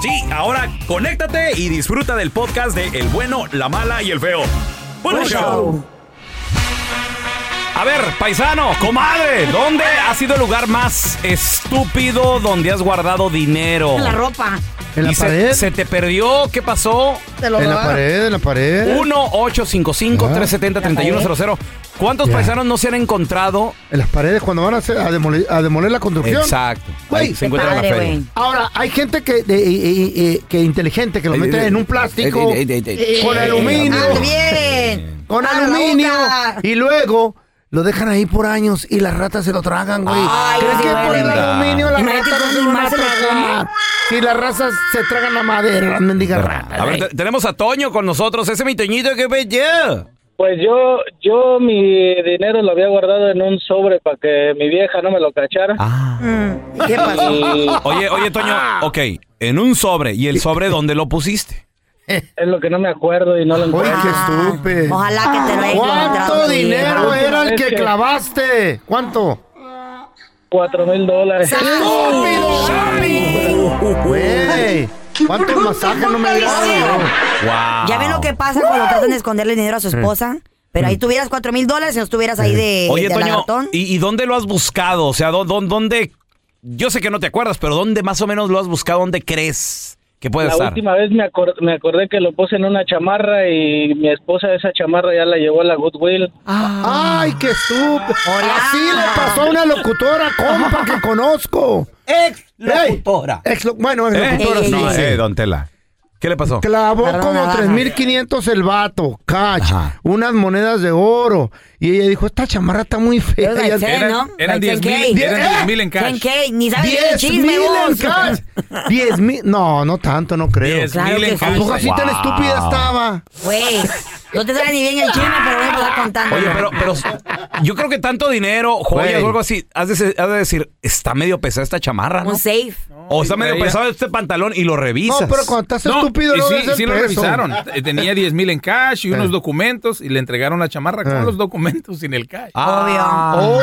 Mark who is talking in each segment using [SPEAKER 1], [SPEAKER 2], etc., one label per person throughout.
[SPEAKER 1] Sí, ahora conéctate y disfruta del podcast de El bueno, la mala y el feo. Buen
[SPEAKER 2] Buen
[SPEAKER 1] show.
[SPEAKER 2] show.
[SPEAKER 1] A ver, paisano, comadre, ¿dónde ha sido el lugar más estúpido donde has guardado dinero?
[SPEAKER 3] La ropa.
[SPEAKER 2] En la
[SPEAKER 1] Y se-
[SPEAKER 2] pared.
[SPEAKER 1] Se, te perdió, ¿qué pasó?
[SPEAKER 3] Te lo
[SPEAKER 2] En la
[SPEAKER 3] robaron.
[SPEAKER 2] pared, en la pared.
[SPEAKER 1] 1-855-370-3100. ¿Cuántos
[SPEAKER 2] Ya.
[SPEAKER 1] paisanos no se han encontrado?
[SPEAKER 2] En las paredes cuando van a, hacer- a demoler, a demoler la construcción.
[SPEAKER 1] Exacto.
[SPEAKER 2] Güey,
[SPEAKER 1] Ahí se
[SPEAKER 3] Qué
[SPEAKER 1] encuentra la
[SPEAKER 3] padre,
[SPEAKER 1] feria.
[SPEAKER 3] güey.
[SPEAKER 2] Ahora, hay gente que, de- eh, eh, eh, que inteligente, que lo
[SPEAKER 1] eh,
[SPEAKER 2] mete en un plástico.
[SPEAKER 1] Ey, ey, ey, ey, ey.
[SPEAKER 2] Con aluminio.
[SPEAKER 1] eh,
[SPEAKER 3] Ande bien.
[SPEAKER 2] con
[SPEAKER 3] Abre la
[SPEAKER 2] aluminio
[SPEAKER 3] boca.
[SPEAKER 2] y luego lo dejan ahí por años y las ratas se lo tragan, güey.
[SPEAKER 3] Ay,
[SPEAKER 2] ¿Crees
[SPEAKER 3] sí,
[SPEAKER 2] que por el
[SPEAKER 1] verdad.
[SPEAKER 2] aluminio las
[SPEAKER 3] Imagínate
[SPEAKER 2] ratas no
[SPEAKER 3] un
[SPEAKER 2] se lo van a
[SPEAKER 3] animal se lo
[SPEAKER 2] tragar?
[SPEAKER 3] come.
[SPEAKER 2] Si las razas se tragan la madera, las mendigas ratas.
[SPEAKER 1] A ver,
[SPEAKER 2] güey.
[SPEAKER 1] te- tenemos a Toño con nosotros. Ese mi Toñito, qué bello.
[SPEAKER 4] Pues yo, yo mi dinero lo había guardado en un sobre para que mi vieja no me lo cachara.
[SPEAKER 1] Ah.
[SPEAKER 3] Mm, ¿Qué pasó?
[SPEAKER 4] Y
[SPEAKER 1] Oye, oye, Toño, ok, en un sobre. ¿Y el sobre dónde lo pusiste?
[SPEAKER 4] es lo que no me acuerdo y no lo
[SPEAKER 2] Oye,
[SPEAKER 4] encuentro.
[SPEAKER 2] qué
[SPEAKER 3] Ah,
[SPEAKER 2] estúpido.
[SPEAKER 3] Ojalá que te lo haya encontrado.
[SPEAKER 2] ¿Cuánto
[SPEAKER 3] tu
[SPEAKER 2] dinero
[SPEAKER 3] vieja.
[SPEAKER 2] era el
[SPEAKER 4] Es
[SPEAKER 2] que
[SPEAKER 4] que-
[SPEAKER 2] clavaste? ¿Cuánto?
[SPEAKER 4] Cuatro mil dólares.
[SPEAKER 2] Güey, ¿cuántos masajes no me has dado?
[SPEAKER 1] Wow.
[SPEAKER 3] Ya ven lo que pasa cuando tratan de esconderle dinero a su esposa. Pero ahí tuvieras cuatro mil dólares y no estuvieras ahí de, de
[SPEAKER 1] Oye, Toño,
[SPEAKER 3] lagartón.
[SPEAKER 1] ¿y, y dónde lo has buscado? O sea, ¿dó- dó- ¿dónde? Yo sé que no te acuerdas, pero ¿dónde más o menos lo has buscado? ¿Dónde crees que puede
[SPEAKER 4] La
[SPEAKER 1] estar?
[SPEAKER 4] última vez me, acor- me acordé que lo puse en una chamarra y mi esposa esa chamarra ya la llevó a la Goodwill.
[SPEAKER 3] Ah.
[SPEAKER 2] Ay, qué estúpido. Así le pasó a una locutora, compa, que conozco.
[SPEAKER 1] Ex
[SPEAKER 2] Ey, ex lo- bueno, ex
[SPEAKER 1] ¿Eh?
[SPEAKER 2] locutora,
[SPEAKER 3] Ey,
[SPEAKER 2] sí,
[SPEAKER 1] No,
[SPEAKER 2] sí.
[SPEAKER 1] eh, don Tela. ¿Qué le pasó?
[SPEAKER 2] Clavó
[SPEAKER 3] Perdona,
[SPEAKER 2] como
[SPEAKER 3] baja.
[SPEAKER 2] 3.500 el vato, cash,
[SPEAKER 1] Ajá.
[SPEAKER 2] unas monedas de oro. Y ella dijo, esta chamarra está muy fea.
[SPEAKER 3] Pero es
[SPEAKER 2] Ya-
[SPEAKER 3] del
[SPEAKER 2] Era-
[SPEAKER 3] Zen, ¿no?
[SPEAKER 5] Eran
[SPEAKER 3] Del
[SPEAKER 5] 10
[SPEAKER 3] 10K.
[SPEAKER 5] mil,
[SPEAKER 2] Die- ¿Eh?
[SPEAKER 5] eran 10 mil en cash.
[SPEAKER 3] 10K, ni sabes el
[SPEAKER 2] 10
[SPEAKER 3] chisme
[SPEAKER 2] mil en
[SPEAKER 3] vos.
[SPEAKER 2] cash. 10 mil. No, no tanto, no creo.
[SPEAKER 5] 10
[SPEAKER 3] Claro
[SPEAKER 5] mil
[SPEAKER 3] que
[SPEAKER 5] en
[SPEAKER 3] sí.
[SPEAKER 2] ¿A
[SPEAKER 5] cash.
[SPEAKER 2] poco así tan
[SPEAKER 1] Wow.
[SPEAKER 2] estúpida estaba?
[SPEAKER 3] Güey, no te sale ni bien el chisme, pero voy a empezar contando.
[SPEAKER 1] Oye, pero, pero yo creo que tanto dinero, joyas
[SPEAKER 2] Güey.
[SPEAKER 1] o algo así, has de, se- has de decir, está medio pesada esta chamarra, ¿no?
[SPEAKER 3] Un safe.
[SPEAKER 1] O está medio
[SPEAKER 5] Ella-
[SPEAKER 1] pesado este pantalón y lo
[SPEAKER 2] No,
[SPEAKER 1] revisas.
[SPEAKER 2] pero cuando estás
[SPEAKER 5] No,
[SPEAKER 2] estúpido,
[SPEAKER 5] y
[SPEAKER 2] no
[SPEAKER 5] sí,
[SPEAKER 2] ves el
[SPEAKER 5] sí lo
[SPEAKER 2] peso.
[SPEAKER 5] revisaron. Eh, Tenía 10 mil en cash y
[SPEAKER 2] Eh.
[SPEAKER 5] unos documentos y le entregaron la chamarra
[SPEAKER 2] Eh.
[SPEAKER 5] con los documentos sin el cash.
[SPEAKER 1] Ah,
[SPEAKER 2] Oh,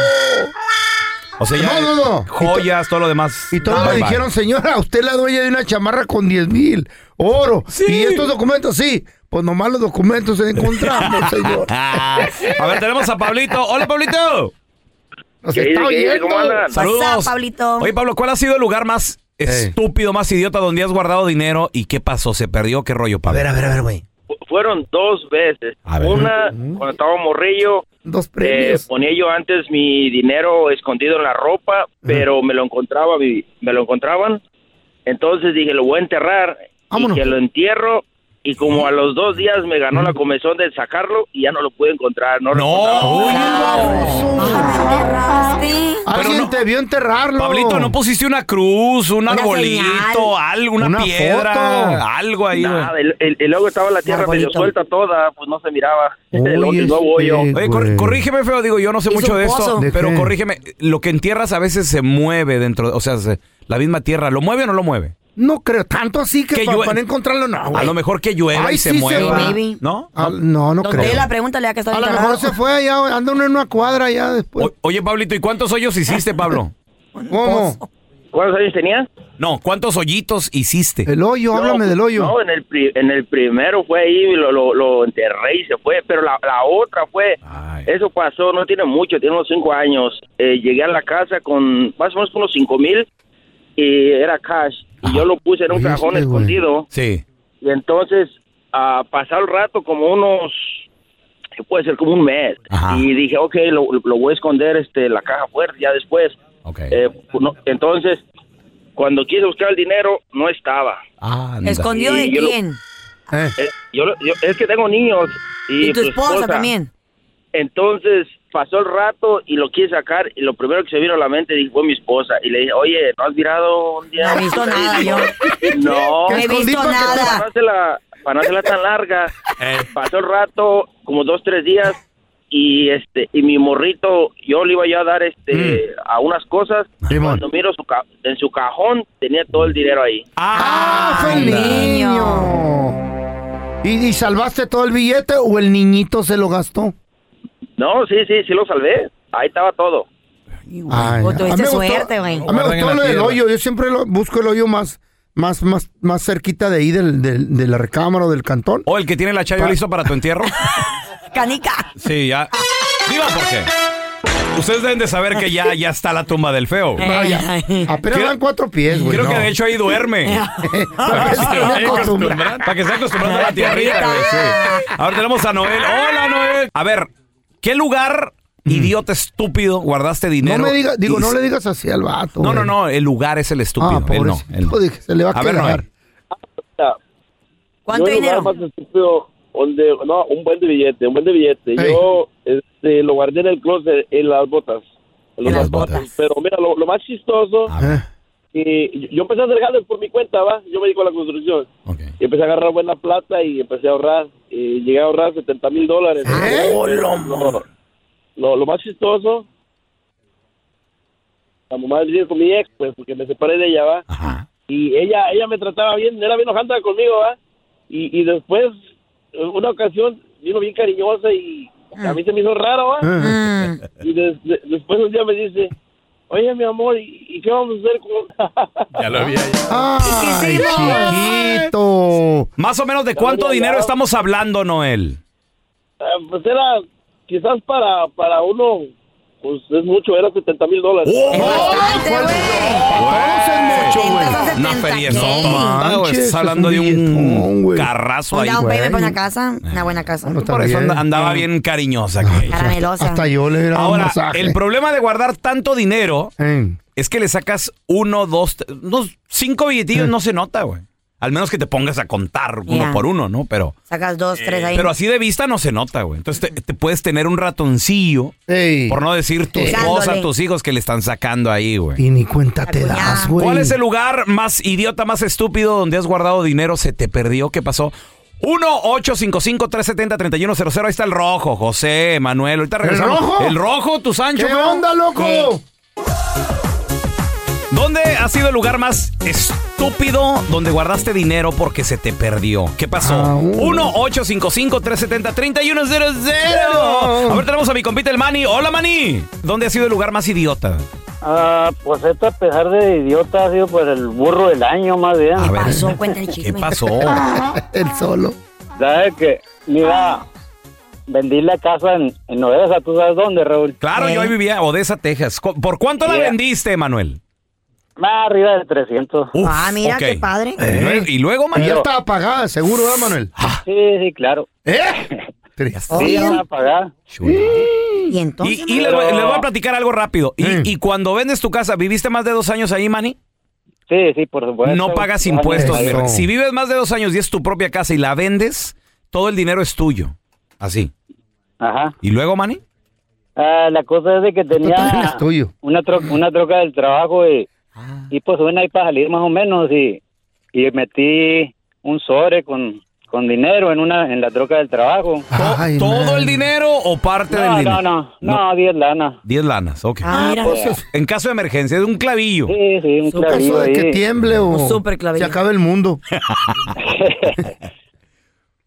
[SPEAKER 1] O sea, ya
[SPEAKER 2] No, no, no.
[SPEAKER 1] joyas, todo lo demás.
[SPEAKER 2] y todos
[SPEAKER 1] Bye,
[SPEAKER 2] le
[SPEAKER 1] bye.
[SPEAKER 2] dijeron, señora, usted es la dueña de una chamarra con 10 mil, oro. Y estos documentos, sí. Pues nomás los documentos se encontramos, señor.
[SPEAKER 1] Ah. A ver, tenemos a Pablito. Hola, Pablito.
[SPEAKER 2] Nos
[SPEAKER 6] ¿Qué
[SPEAKER 2] está
[SPEAKER 6] dice, qué dice,
[SPEAKER 2] oyendo.
[SPEAKER 6] cómo andan?
[SPEAKER 1] Saludos.
[SPEAKER 3] Pablito?
[SPEAKER 1] Oye, Pablo, ¿cuál ha sido el lugar más estúpido, más idiota donde has guardado dinero y qué pasó? ¿Se perdió? ¿Qué rollo, Pablo?
[SPEAKER 2] a ver, a ver, güey.
[SPEAKER 6] Fu- Fueron dos veces.
[SPEAKER 1] A ver.
[SPEAKER 6] Una, cuando estaba morrillo,
[SPEAKER 2] Dos
[SPEAKER 6] eh,
[SPEAKER 2] premios.
[SPEAKER 6] ponía yo antes mi dinero escondido en la ropa, pero me lo encontraba, mi- me lo encontraban. Entonces dije, lo voy a enterrar
[SPEAKER 2] Vámonos. Mm.
[SPEAKER 6] y que lo entierro. Y como a los dos días me ganó la comezón de sacarlo y ya no lo pude encontrar. No,
[SPEAKER 1] No.
[SPEAKER 6] recordaba.
[SPEAKER 3] Ay, me
[SPEAKER 2] Alguien
[SPEAKER 1] Pero no-
[SPEAKER 2] te vio enterrarlo.
[SPEAKER 1] Pablito, ¿no pusiste una cruz, un
[SPEAKER 3] Una
[SPEAKER 1] arbolito,
[SPEAKER 3] señal.
[SPEAKER 1] algo, una,
[SPEAKER 2] Una
[SPEAKER 1] piedra,
[SPEAKER 2] foto.
[SPEAKER 1] algo ahí? güey?
[SPEAKER 6] Nada, el- el- y luego estaba la tierra medio
[SPEAKER 3] Arbolito.
[SPEAKER 6] suelta toda, pues no se miraba. el,
[SPEAKER 2] Uy,
[SPEAKER 6] el nuevo
[SPEAKER 2] este-
[SPEAKER 6] hoyo.
[SPEAKER 1] Oye, cor-
[SPEAKER 2] güey.
[SPEAKER 1] corrígeme, feo, digo, yo no sé
[SPEAKER 3] Hizo
[SPEAKER 1] mucho
[SPEAKER 3] un
[SPEAKER 1] de esto,
[SPEAKER 3] pozo.
[SPEAKER 2] ¿De
[SPEAKER 1] pero
[SPEAKER 2] qué?
[SPEAKER 1] corrígeme, lo que entierras a veces se mueve dentro, o sea, se- la misma tierra, ¿lo mueve o no lo mueve?
[SPEAKER 2] No creo, tanto así que,
[SPEAKER 1] Que
[SPEAKER 2] pa-
[SPEAKER 1] yo-
[SPEAKER 2] para no encontrarlo, no, Ah, güey.
[SPEAKER 1] A lo mejor que llueva
[SPEAKER 2] Ay,
[SPEAKER 1] y se
[SPEAKER 2] sí se
[SPEAKER 1] mueva.
[SPEAKER 2] va.
[SPEAKER 3] Maybe.
[SPEAKER 1] ¿No?
[SPEAKER 2] Ah, no, no
[SPEAKER 3] Don
[SPEAKER 2] creo.
[SPEAKER 3] Tela, pregúntale a que está
[SPEAKER 2] A lo
[SPEAKER 3] enterrado.
[SPEAKER 2] mejor se fue allá, anda uno en una cuadra ya después.
[SPEAKER 1] O- oye, Pablito, ¿y cuántos hoyos hiciste, Pablo? pues,
[SPEAKER 2] ¿Cómo?
[SPEAKER 6] ¿Cuántos años tenía?
[SPEAKER 1] No, ¿cuántos hoyitos hiciste?
[SPEAKER 2] El hoyo,
[SPEAKER 6] No,
[SPEAKER 2] háblame
[SPEAKER 6] pues,
[SPEAKER 2] del hoyo.
[SPEAKER 6] No, en el, pri- en el primero fue ahí, lo, lo, lo enterré y se fue, pero la, la otra fue,
[SPEAKER 1] Ay.
[SPEAKER 6] eso pasó, no tiene mucho, tiene unos cinco años. Eh, llegué a la casa con más o menos con unos cinco mil y era cash. Y yo lo puse en un
[SPEAKER 2] Viste,
[SPEAKER 6] cajón
[SPEAKER 2] güey.
[SPEAKER 6] escondido
[SPEAKER 1] Sí.
[SPEAKER 6] y entonces ah, pasado el rato como unos, que puede ser como un mes.
[SPEAKER 1] Ajá.
[SPEAKER 6] Y dije, ok, lo, lo voy a esconder este la caja fuerte ya después.
[SPEAKER 1] Ok.
[SPEAKER 6] Eh, no, entonces, cuando quise buscar el dinero, no estaba.
[SPEAKER 1] Ah, Anda.
[SPEAKER 3] ¿Escondió de
[SPEAKER 6] Sí, yo lo-
[SPEAKER 3] quién?
[SPEAKER 2] Eh,
[SPEAKER 6] Eh, yo, lo- yo- es que tengo niños y,
[SPEAKER 3] Y tu
[SPEAKER 6] pues,
[SPEAKER 3] esposa también.
[SPEAKER 6] Entonces pasó el rato y lo quise sacar y lo primero que se vino a la mente fue mi esposa y le dije, oye, ¿no has mirado un día?
[SPEAKER 3] No he visto nada yo.
[SPEAKER 6] No,
[SPEAKER 3] No he visto
[SPEAKER 6] para no
[SPEAKER 3] nada.
[SPEAKER 6] hacerla, para no hacerla tan larga, pasó el rato, como dos, tres días, y este, y mi morrito, yo le iba yo a dar este a unas cosas,
[SPEAKER 2] Simón.
[SPEAKER 6] cuando miro su ca- en su cajón tenía todo el dinero ahí.
[SPEAKER 2] ¡Ah, fue el
[SPEAKER 3] niño.
[SPEAKER 2] niño! ¿Y, y salvaste todo el billete o el niñito se lo gastó?
[SPEAKER 6] No, sí, sí, sí lo salvé, ahí estaba todo.
[SPEAKER 2] Ay,
[SPEAKER 3] O
[SPEAKER 2] a mí
[SPEAKER 3] tuviste
[SPEAKER 2] me gustó-
[SPEAKER 3] suerte, güey.
[SPEAKER 2] a mí me
[SPEAKER 5] Guardan en
[SPEAKER 2] gustó
[SPEAKER 5] la
[SPEAKER 2] lo del
[SPEAKER 5] tierra.
[SPEAKER 2] hoyo. Yo siempre lo- busco el hoyo más, más, más, más cerquita de ahí del, del- de la recámara o del cantón.
[SPEAKER 1] ¿O el que tiene la chayo
[SPEAKER 2] Pa-
[SPEAKER 1] listo para tu entierro?
[SPEAKER 3] Canica.
[SPEAKER 1] Sí, ya. Digo por qué. Ustedes deben de saber que ya, ya está la tumba del feo.
[SPEAKER 3] Eh.
[SPEAKER 2] Vaya, apenas
[SPEAKER 1] Creo-
[SPEAKER 2] dan cuatro pies, güey.
[SPEAKER 1] Creo
[SPEAKER 2] no.
[SPEAKER 1] que de hecho ahí duerme.
[SPEAKER 2] Para que se vaya acostumbrando.
[SPEAKER 1] Para que se acostumbrado a la
[SPEAKER 3] Ay,
[SPEAKER 1] tierrita, güey.
[SPEAKER 3] tierrita.
[SPEAKER 1] sí. Ahora tenemos a Noel. Hola, Noel. A ver, ¿qué lugar, idiota estúpido, guardaste
[SPEAKER 2] No
[SPEAKER 1] dinero?
[SPEAKER 2] me digas, digo,
[SPEAKER 1] y-
[SPEAKER 2] no le digas así al vato.
[SPEAKER 1] No, no,
[SPEAKER 2] güey.
[SPEAKER 1] no, el lugar es el estúpido.
[SPEAKER 2] Ah,
[SPEAKER 1] él no,
[SPEAKER 2] pobrecito,
[SPEAKER 1] él no.
[SPEAKER 2] dije, se le va a
[SPEAKER 1] ver,
[SPEAKER 2] quedar.
[SPEAKER 1] Noel.
[SPEAKER 3] ¿Cuánto
[SPEAKER 7] yo el lugar
[SPEAKER 3] dinero?
[SPEAKER 7] más estúpido donde no un buen de billete un buen de billete
[SPEAKER 2] Ey.
[SPEAKER 7] yo este, lo guardé en el closet en las botas en los
[SPEAKER 3] En las
[SPEAKER 7] zapatos.
[SPEAKER 3] botas. Ah.
[SPEAKER 7] pero mira lo, lo más chistoso
[SPEAKER 2] Eh,
[SPEAKER 7] que yo empecé a hacer jales por mi cuenta va yo me dedico a la construcción
[SPEAKER 1] Ok.
[SPEAKER 7] y empecé a agarrar buena plata y empecé a ahorrar y llegué a ahorrar 70 mil dólares
[SPEAKER 3] Ah,
[SPEAKER 2] ¿Eh?
[SPEAKER 7] Pero lo, lo- lo más chistoso la mamá vive con mi ex pues porque me separé de ella va
[SPEAKER 1] Ajá.
[SPEAKER 7] y ella ella me trataba bien, era bien ojanta conmigo, ¿va? Y, y después, una ocasión, vino bien cariñosa y a mí se me hizo raro, ¿va?
[SPEAKER 2] eh.
[SPEAKER 3] Mm.
[SPEAKER 7] Y des- de- después un día me dice, oye, mi amor, ¿y, y qué vamos a hacer con...?
[SPEAKER 5] Ya lo había.
[SPEAKER 2] Ay,
[SPEAKER 3] ¿Qué
[SPEAKER 2] chiquito.
[SPEAKER 1] Más o menos de cuánto
[SPEAKER 7] había
[SPEAKER 1] dinero
[SPEAKER 7] hablado.
[SPEAKER 1] estamos hablando, Noel.
[SPEAKER 7] Ah, pues era, quizás para, para uno, pues es mucho, era 70 mil dólares.
[SPEAKER 3] Es bastante,
[SPEAKER 2] ¿Cuál-
[SPEAKER 3] güey.
[SPEAKER 1] Pues,
[SPEAKER 2] Para todos es mucho, güey.
[SPEAKER 3] Estás a
[SPEAKER 1] Una
[SPEAKER 3] 70K.
[SPEAKER 1] feria.
[SPEAKER 2] No
[SPEAKER 1] No,
[SPEAKER 2] manches,
[SPEAKER 1] estás hablando
[SPEAKER 2] es
[SPEAKER 1] de
[SPEAKER 2] un billetón,
[SPEAKER 1] un
[SPEAKER 2] güey.
[SPEAKER 1] carrazo
[SPEAKER 3] Un
[SPEAKER 1] ahí,
[SPEAKER 3] down
[SPEAKER 1] güey.
[SPEAKER 3] payment para una casa, una buena casa.
[SPEAKER 2] Bueno,
[SPEAKER 1] Por eso
[SPEAKER 2] También.
[SPEAKER 1] and- andaba bien
[SPEAKER 2] Ah,
[SPEAKER 1] cariñosa. aquella.
[SPEAKER 3] Caramelosa.
[SPEAKER 2] Hasta yo le daba un
[SPEAKER 1] Ahora,
[SPEAKER 2] masaje.
[SPEAKER 1] el problema de guardar tanto dinero
[SPEAKER 2] Eh,
[SPEAKER 1] es que le sacas uno, dos, tres, unos cinco billetillos, no se nota, güey. Al menos que te pongas a contar uno
[SPEAKER 3] Yeah.
[SPEAKER 1] por uno, ¿no? Pero,
[SPEAKER 3] Sacas dos, tres ahí.
[SPEAKER 1] pero así de vista no se nota, güey. Entonces te, te puedes tener un ratoncillo,
[SPEAKER 2] ey,
[SPEAKER 1] por no decir tu esposa,
[SPEAKER 3] Dándole.
[SPEAKER 1] tus hijos que le están sacando ahí, güey.
[SPEAKER 2] Y ni cuenta te
[SPEAKER 3] Acuñá.
[SPEAKER 2] das, güey.
[SPEAKER 1] ¿Cuál es el lugar más idiota, más estúpido donde has guardado dinero? ¿Se te perdió? ¿Qué pasó? 1-855-370-3100. Ahí está el rojo, José, Manuel. Ahorita regresamos.
[SPEAKER 2] rojo?
[SPEAKER 1] El rojo, tu Sancho.
[SPEAKER 2] ¿Qué
[SPEAKER 1] ¿no?
[SPEAKER 2] onda, loco?
[SPEAKER 1] Eh, ¿Dónde ha sido el lugar más estúpido donde guardaste dinero porque se te perdió? ¿Qué
[SPEAKER 2] Ah,
[SPEAKER 1] pasó?
[SPEAKER 2] uh.
[SPEAKER 1] 1-855-370-3100. A ver, tenemos a mi compita el Mani. Hola, Mani. ¿Dónde ha sido el lugar más idiota?
[SPEAKER 4] Ah, pues este a pesar de idiota ha sido por el burro del año más bien.
[SPEAKER 1] A ver.
[SPEAKER 3] pasó? Cuenta el
[SPEAKER 1] ¿Qué
[SPEAKER 3] chisme.
[SPEAKER 1] pasó?
[SPEAKER 3] Ah,
[SPEAKER 2] El solo.
[SPEAKER 4] ¿Sabes qué?
[SPEAKER 2] Ah.
[SPEAKER 4] Mira, vendí la casa en, en Odessa, ¿tú sabes dónde, Raúl?
[SPEAKER 1] Claro, yo ahí vivía en Odessa, Texas. Co- ¿Por cuánto la
[SPEAKER 4] Yeah.
[SPEAKER 1] vendiste, Manuel?
[SPEAKER 4] Más arriba de 300.
[SPEAKER 1] Uf,
[SPEAKER 3] Ah, mira,
[SPEAKER 1] ok.
[SPEAKER 3] qué padre.
[SPEAKER 1] ¿Y
[SPEAKER 2] Eh.
[SPEAKER 1] luego- ¿Y
[SPEAKER 2] Y
[SPEAKER 1] luego,
[SPEAKER 2] ya
[SPEAKER 1] Manuel? Ah,
[SPEAKER 2] estaba apagada, seguro, ¿verdad, Manuel?
[SPEAKER 4] Sí, sí, claro.
[SPEAKER 2] ¿Eh? Tres.
[SPEAKER 4] Sí, ya me van a pagar.
[SPEAKER 3] Y entonces.
[SPEAKER 1] Y, y le, voy- le voy a platicar algo rápido. Y,
[SPEAKER 2] Mm.
[SPEAKER 1] y cuando vendes tu casa, ¿viviste más de dos años ahí, Mani?
[SPEAKER 4] Sí, sí, por supuesto.
[SPEAKER 1] No pagas
[SPEAKER 4] Ay,
[SPEAKER 1] impuestos.
[SPEAKER 2] eso.
[SPEAKER 1] mi rey. Si vives más de dos años y es tu propia casa y la vendes, todo el dinero es tuyo. Así.
[SPEAKER 4] Ajá.
[SPEAKER 1] ¿Y luego, Manny?
[SPEAKER 4] Ah, la cosa es de que
[SPEAKER 2] también es
[SPEAKER 4] tenía
[SPEAKER 2] tuyo.
[SPEAKER 4] una, tro- una troca del trabajo y,
[SPEAKER 1] Ah.
[SPEAKER 4] y pues una ahí para salir más o menos y, y metí un sobre con, con dinero en una en la troca del trabajo.
[SPEAKER 1] ¿To-
[SPEAKER 2] Ay,
[SPEAKER 1] ¿Todo
[SPEAKER 2] man.
[SPEAKER 1] el dinero o parte del
[SPEAKER 4] No,
[SPEAKER 1] dinero?
[SPEAKER 4] no, no, no, 10 lanas.
[SPEAKER 1] Diez lanas, ok.
[SPEAKER 3] Ah, mira.
[SPEAKER 1] En caso de emergencia, es un clavillo.
[SPEAKER 4] Sí, sí, un
[SPEAKER 3] Su caso
[SPEAKER 2] Eso
[SPEAKER 4] clavillo
[SPEAKER 2] de que
[SPEAKER 4] ahí.
[SPEAKER 2] tiemble o
[SPEAKER 3] Un super clavillo.
[SPEAKER 2] se acaba el mundo.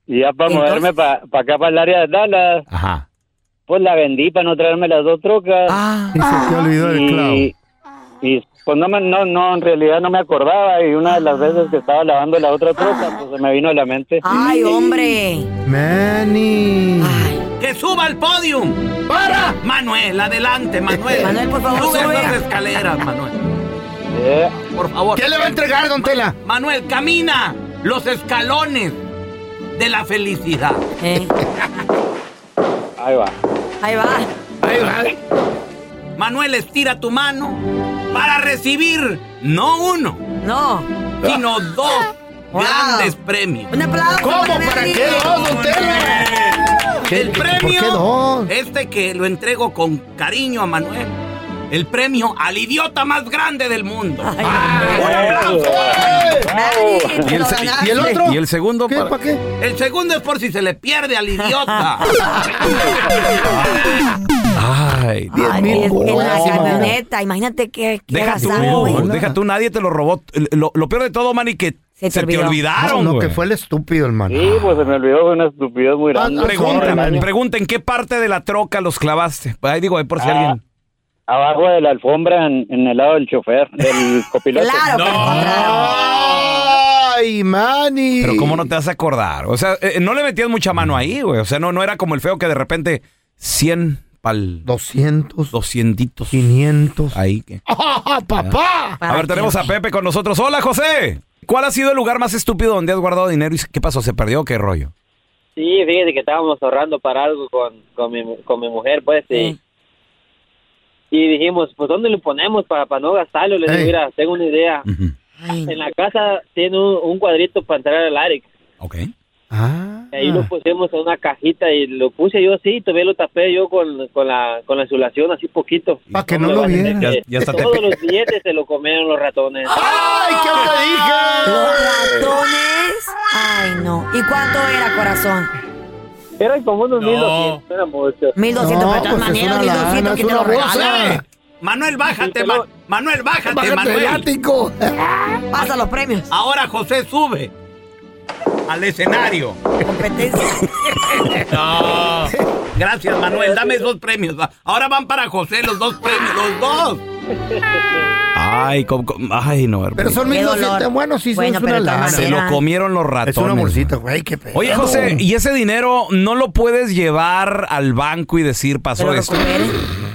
[SPEAKER 4] Y ya para
[SPEAKER 3] Entonces-
[SPEAKER 4] moverme para acá, para el área de Dallas,
[SPEAKER 1] Ajá. Ah,
[SPEAKER 4] pues la vendí para no traerme las dos trocas.
[SPEAKER 3] Ah.
[SPEAKER 2] Y se te olvidó el clavo.
[SPEAKER 4] y, y, pues no, me- no, no, en realidad no me acordaba y una de las veces que estaba lavando la otra troca, pues se me vino a la mente.
[SPEAKER 3] Ay, hombre.
[SPEAKER 2] Manny.
[SPEAKER 3] Ay.
[SPEAKER 1] ¡Que suba al podium! ¡Para! Manuel, adelante, Manuel.
[SPEAKER 3] Manuel, por favor, Sube sube. las
[SPEAKER 1] escaleras, Manuel.
[SPEAKER 4] Eh,
[SPEAKER 1] Por favor.
[SPEAKER 2] ¿Qué le va a entregar, don Tela?
[SPEAKER 1] Manuel, camina los escalones de la felicidad.
[SPEAKER 3] Eh,
[SPEAKER 4] ahí va.
[SPEAKER 3] ahí va.
[SPEAKER 1] Manuel, estira tu mano para recibir no uno,
[SPEAKER 3] No.
[SPEAKER 1] sino dos
[SPEAKER 3] Wow.
[SPEAKER 1] grandes premios.
[SPEAKER 3] Un aplauso.
[SPEAKER 2] ¿Cómo? ¿Para
[SPEAKER 3] Manny.
[SPEAKER 2] qué, don Tela? qué-
[SPEAKER 8] el
[SPEAKER 2] por
[SPEAKER 8] premio.
[SPEAKER 2] qué dos?
[SPEAKER 8] Este que lo entrego con cariño a Manuel. El premio al idiota más grande del mundo. ¡Un aplauso!
[SPEAKER 3] Nadie te
[SPEAKER 5] el
[SPEAKER 3] lo
[SPEAKER 5] se-
[SPEAKER 3] ganaste.
[SPEAKER 2] ¿Y el otro?
[SPEAKER 5] ¿Y el segundo?
[SPEAKER 2] ¿Qué?
[SPEAKER 5] para-
[SPEAKER 2] ¿Para qué?
[SPEAKER 8] El segundo es por si se le pierde al idiota.
[SPEAKER 1] Ay,
[SPEAKER 3] Ay,
[SPEAKER 2] mil
[SPEAKER 3] es que en la
[SPEAKER 2] bolas,
[SPEAKER 3] camioneta, imagínate qué, qué
[SPEAKER 1] deja tú,
[SPEAKER 3] agasajo, güey.
[SPEAKER 1] deja tú, nadie te lo robó. Lo, lo peor de todo, Manny, que
[SPEAKER 3] Se te
[SPEAKER 1] se, te
[SPEAKER 3] olvidó.
[SPEAKER 2] No,
[SPEAKER 1] olvidaron,
[SPEAKER 2] no,
[SPEAKER 1] güey.
[SPEAKER 2] que fue el estúpido, hermano.
[SPEAKER 4] Sí, pues se me olvidó, fue una estupidez muy
[SPEAKER 2] Ah,
[SPEAKER 4] grande.
[SPEAKER 2] sorry,
[SPEAKER 1] Pregunta,
[SPEAKER 2] man.
[SPEAKER 1] pregunta, ¿en qué parte de la troca los clavaste? Ahí digo, ahí por si
[SPEAKER 4] Ah.
[SPEAKER 1] alguien...
[SPEAKER 4] Abajo de la alfombra, en, en el lado del chofer, del copiloto.
[SPEAKER 3] Claro, claro.
[SPEAKER 2] ¡Ay, Manny!
[SPEAKER 1] Pero ¿cómo no te vas a acordar? O sea, eh, no le metías mucha mano ahí, güey. O sea, no, no era como el feo que de repente 100 pal
[SPEAKER 2] 200,
[SPEAKER 1] 200
[SPEAKER 2] 500.
[SPEAKER 1] ahí que...
[SPEAKER 2] ¡Ah, papá!
[SPEAKER 1] A ver, tenemos a Pepe con nosotros. Hola, José. ¿Cuál ha sido el lugar más estúpido donde has guardado dinero y qué pasó? ¿Se perdió o qué rollo?
[SPEAKER 7] Sí, fíjate que estábamos ahorrando para algo con, con, mi, con mi mujer, pues, y,
[SPEAKER 3] Sí.
[SPEAKER 7] y dijimos, pues, ¿dónde lo ponemos para, para no gastarlo? Le
[SPEAKER 2] Ey.
[SPEAKER 7] dije, mira, tengo una idea.
[SPEAKER 3] Ay,
[SPEAKER 7] En la casa tiene un, un cuadrito para entrar al área.
[SPEAKER 1] Ok.
[SPEAKER 2] Ah.
[SPEAKER 7] Ahí lo pusimos en una cajita y lo puse yo así, todavía lo tapé yo con, con la, con la insulación así poquito.
[SPEAKER 2] Pa' que no lo
[SPEAKER 7] vieran.
[SPEAKER 2] vieran.
[SPEAKER 1] Ya- ya hasta te
[SPEAKER 7] Todos
[SPEAKER 1] pe-
[SPEAKER 7] los billetes se lo comieron los ratones.
[SPEAKER 2] ¡Ay,
[SPEAKER 3] los
[SPEAKER 2] qué
[SPEAKER 3] ratones. Ay, no. ¿Y cuánto era, corazón?
[SPEAKER 7] Eran como unos
[SPEAKER 5] No.
[SPEAKER 7] 1200, era mucho.
[SPEAKER 3] 1200,
[SPEAKER 2] No,
[SPEAKER 3] pero de todas
[SPEAKER 2] pues, es
[SPEAKER 3] maneras,
[SPEAKER 2] una lana,
[SPEAKER 3] 1200 que
[SPEAKER 2] es
[SPEAKER 3] te lo
[SPEAKER 2] una bolsa.
[SPEAKER 3] regalaron.
[SPEAKER 2] Ah.
[SPEAKER 8] Manuel, bájate, Ma- Manuel, bájate,
[SPEAKER 2] te dije! ¡Bájate
[SPEAKER 8] Manuel.
[SPEAKER 2] del ático! eh.
[SPEAKER 3] Pasa los premios.
[SPEAKER 8] Ahora José sube al escenario.
[SPEAKER 3] Competencia.
[SPEAKER 8] No. Gracias, Manuel. Dame esos premios. va. Ahora van para José los dos premios, los dos.
[SPEAKER 1] Ay, com- com- ay, no, hermano.
[SPEAKER 2] Pero son
[SPEAKER 3] Qué dolor.
[SPEAKER 2] 1200. Bueno, sí,
[SPEAKER 3] Bueno,
[SPEAKER 2] es
[SPEAKER 3] pero
[SPEAKER 2] una
[SPEAKER 3] de todas
[SPEAKER 2] lana.
[SPEAKER 1] Se lo
[SPEAKER 3] Era-
[SPEAKER 1] comieron los ratones.
[SPEAKER 2] Es una bolsita,
[SPEAKER 1] güey.
[SPEAKER 2] güey, qué pedo.
[SPEAKER 1] Oye, José, ¿y ese dinero no lo puedes llevar al banco y decir
[SPEAKER 3] Te
[SPEAKER 1] pasó
[SPEAKER 3] lo
[SPEAKER 1] esto?
[SPEAKER 3] recuperen.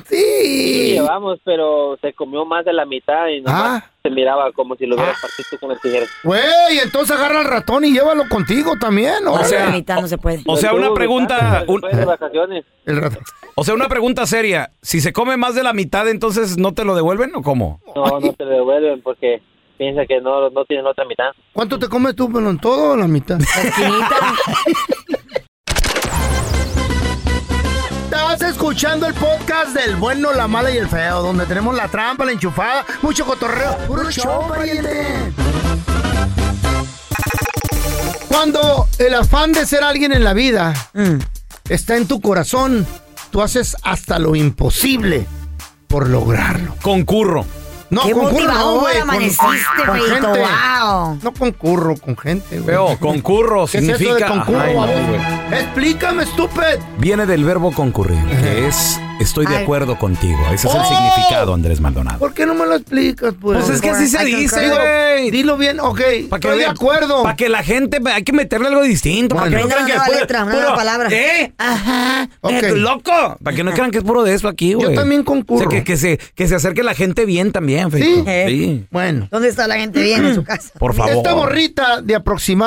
[SPEAKER 7] Sí,
[SPEAKER 2] Sí.
[SPEAKER 7] llevamos, pero se comió más de la mitad y nomás
[SPEAKER 2] Ah.
[SPEAKER 7] se miraba como si lo hubieras
[SPEAKER 2] Ah.
[SPEAKER 7] partido tú con el tijera.
[SPEAKER 2] Güey, entonces agarra al ratón y llévalo contigo también.
[SPEAKER 3] O
[SPEAKER 2] O sea,
[SPEAKER 3] no se puede.
[SPEAKER 1] O sea,
[SPEAKER 7] Lo
[SPEAKER 1] una
[SPEAKER 7] tuvo
[SPEAKER 1] pregunta,
[SPEAKER 7] mitad, se
[SPEAKER 1] un-
[SPEAKER 7] fue de vacaciones.
[SPEAKER 2] el ratón.
[SPEAKER 1] o sea, una pregunta seria. Si se come más de la mitad, entonces no te lo devuelven o cómo?
[SPEAKER 7] No, no te lo devuelven porque piensa que no, no tienen otra mitad.
[SPEAKER 2] ¿Cuánto te comes tú, pelón? ¿Todo o la mitad?
[SPEAKER 3] Esquinita.
[SPEAKER 2] Estás escuchando el podcast del bueno, la mala y el feo, donde tenemos la trampa, la enchufada, mucho cotorreo. ¡Puro show, pariente! Cuando el afán de ser alguien en la vida
[SPEAKER 3] Mm.
[SPEAKER 2] está en tu corazón, tú haces hasta lo imposible por lograrlo.
[SPEAKER 1] Concurro.
[SPEAKER 2] No,
[SPEAKER 3] Qué
[SPEAKER 2] concurro no,
[SPEAKER 3] motivador
[SPEAKER 2] güey. con-
[SPEAKER 3] amaneciste,
[SPEAKER 2] con
[SPEAKER 3] feito.
[SPEAKER 2] gente.
[SPEAKER 3] Wow.
[SPEAKER 2] No concurro con gente, güey.
[SPEAKER 1] Feo, concurro
[SPEAKER 2] ¿Qué es
[SPEAKER 1] significa.
[SPEAKER 2] eso de concurro,
[SPEAKER 1] Ay, no,
[SPEAKER 2] baboso?
[SPEAKER 1] güey.
[SPEAKER 2] Explícame, estúpido.
[SPEAKER 1] Viene del verbo concurrir, que es estoy de
[SPEAKER 3] Ay.
[SPEAKER 1] acuerdo contigo. Ese es
[SPEAKER 2] ¡Oh!
[SPEAKER 1] el significado, Andrés Maldonado.
[SPEAKER 2] ¿Por qué no me lo explicas, pues?
[SPEAKER 1] Pues es que así se
[SPEAKER 2] Ay,
[SPEAKER 1] dice,
[SPEAKER 2] cancaro.
[SPEAKER 1] güey.
[SPEAKER 2] Dilo bien, ok.
[SPEAKER 1] Pa'
[SPEAKER 2] Estoy de
[SPEAKER 1] vean-
[SPEAKER 2] acuerdo.
[SPEAKER 1] pa' que la gente, hay que meterle algo distinto. Para que
[SPEAKER 3] Aprenda
[SPEAKER 1] crean
[SPEAKER 3] una
[SPEAKER 1] que
[SPEAKER 3] nueva
[SPEAKER 1] es
[SPEAKER 3] letra, una nueva palabra.
[SPEAKER 1] ¿Eh?
[SPEAKER 3] Ajá.
[SPEAKER 2] Ok.
[SPEAKER 1] Eh, loco. Para que no crean que es puro de eso aquí, güey.
[SPEAKER 2] también concurro.
[SPEAKER 1] O sea, que, que se, que se acerque la gente bien también,
[SPEAKER 2] ¿Sí?
[SPEAKER 1] Feito.
[SPEAKER 2] Eh.
[SPEAKER 1] Sí.
[SPEAKER 2] Bueno,
[SPEAKER 3] ¿Dónde está la gente bien en su casa?
[SPEAKER 1] Por favor.
[SPEAKER 2] esta borrita de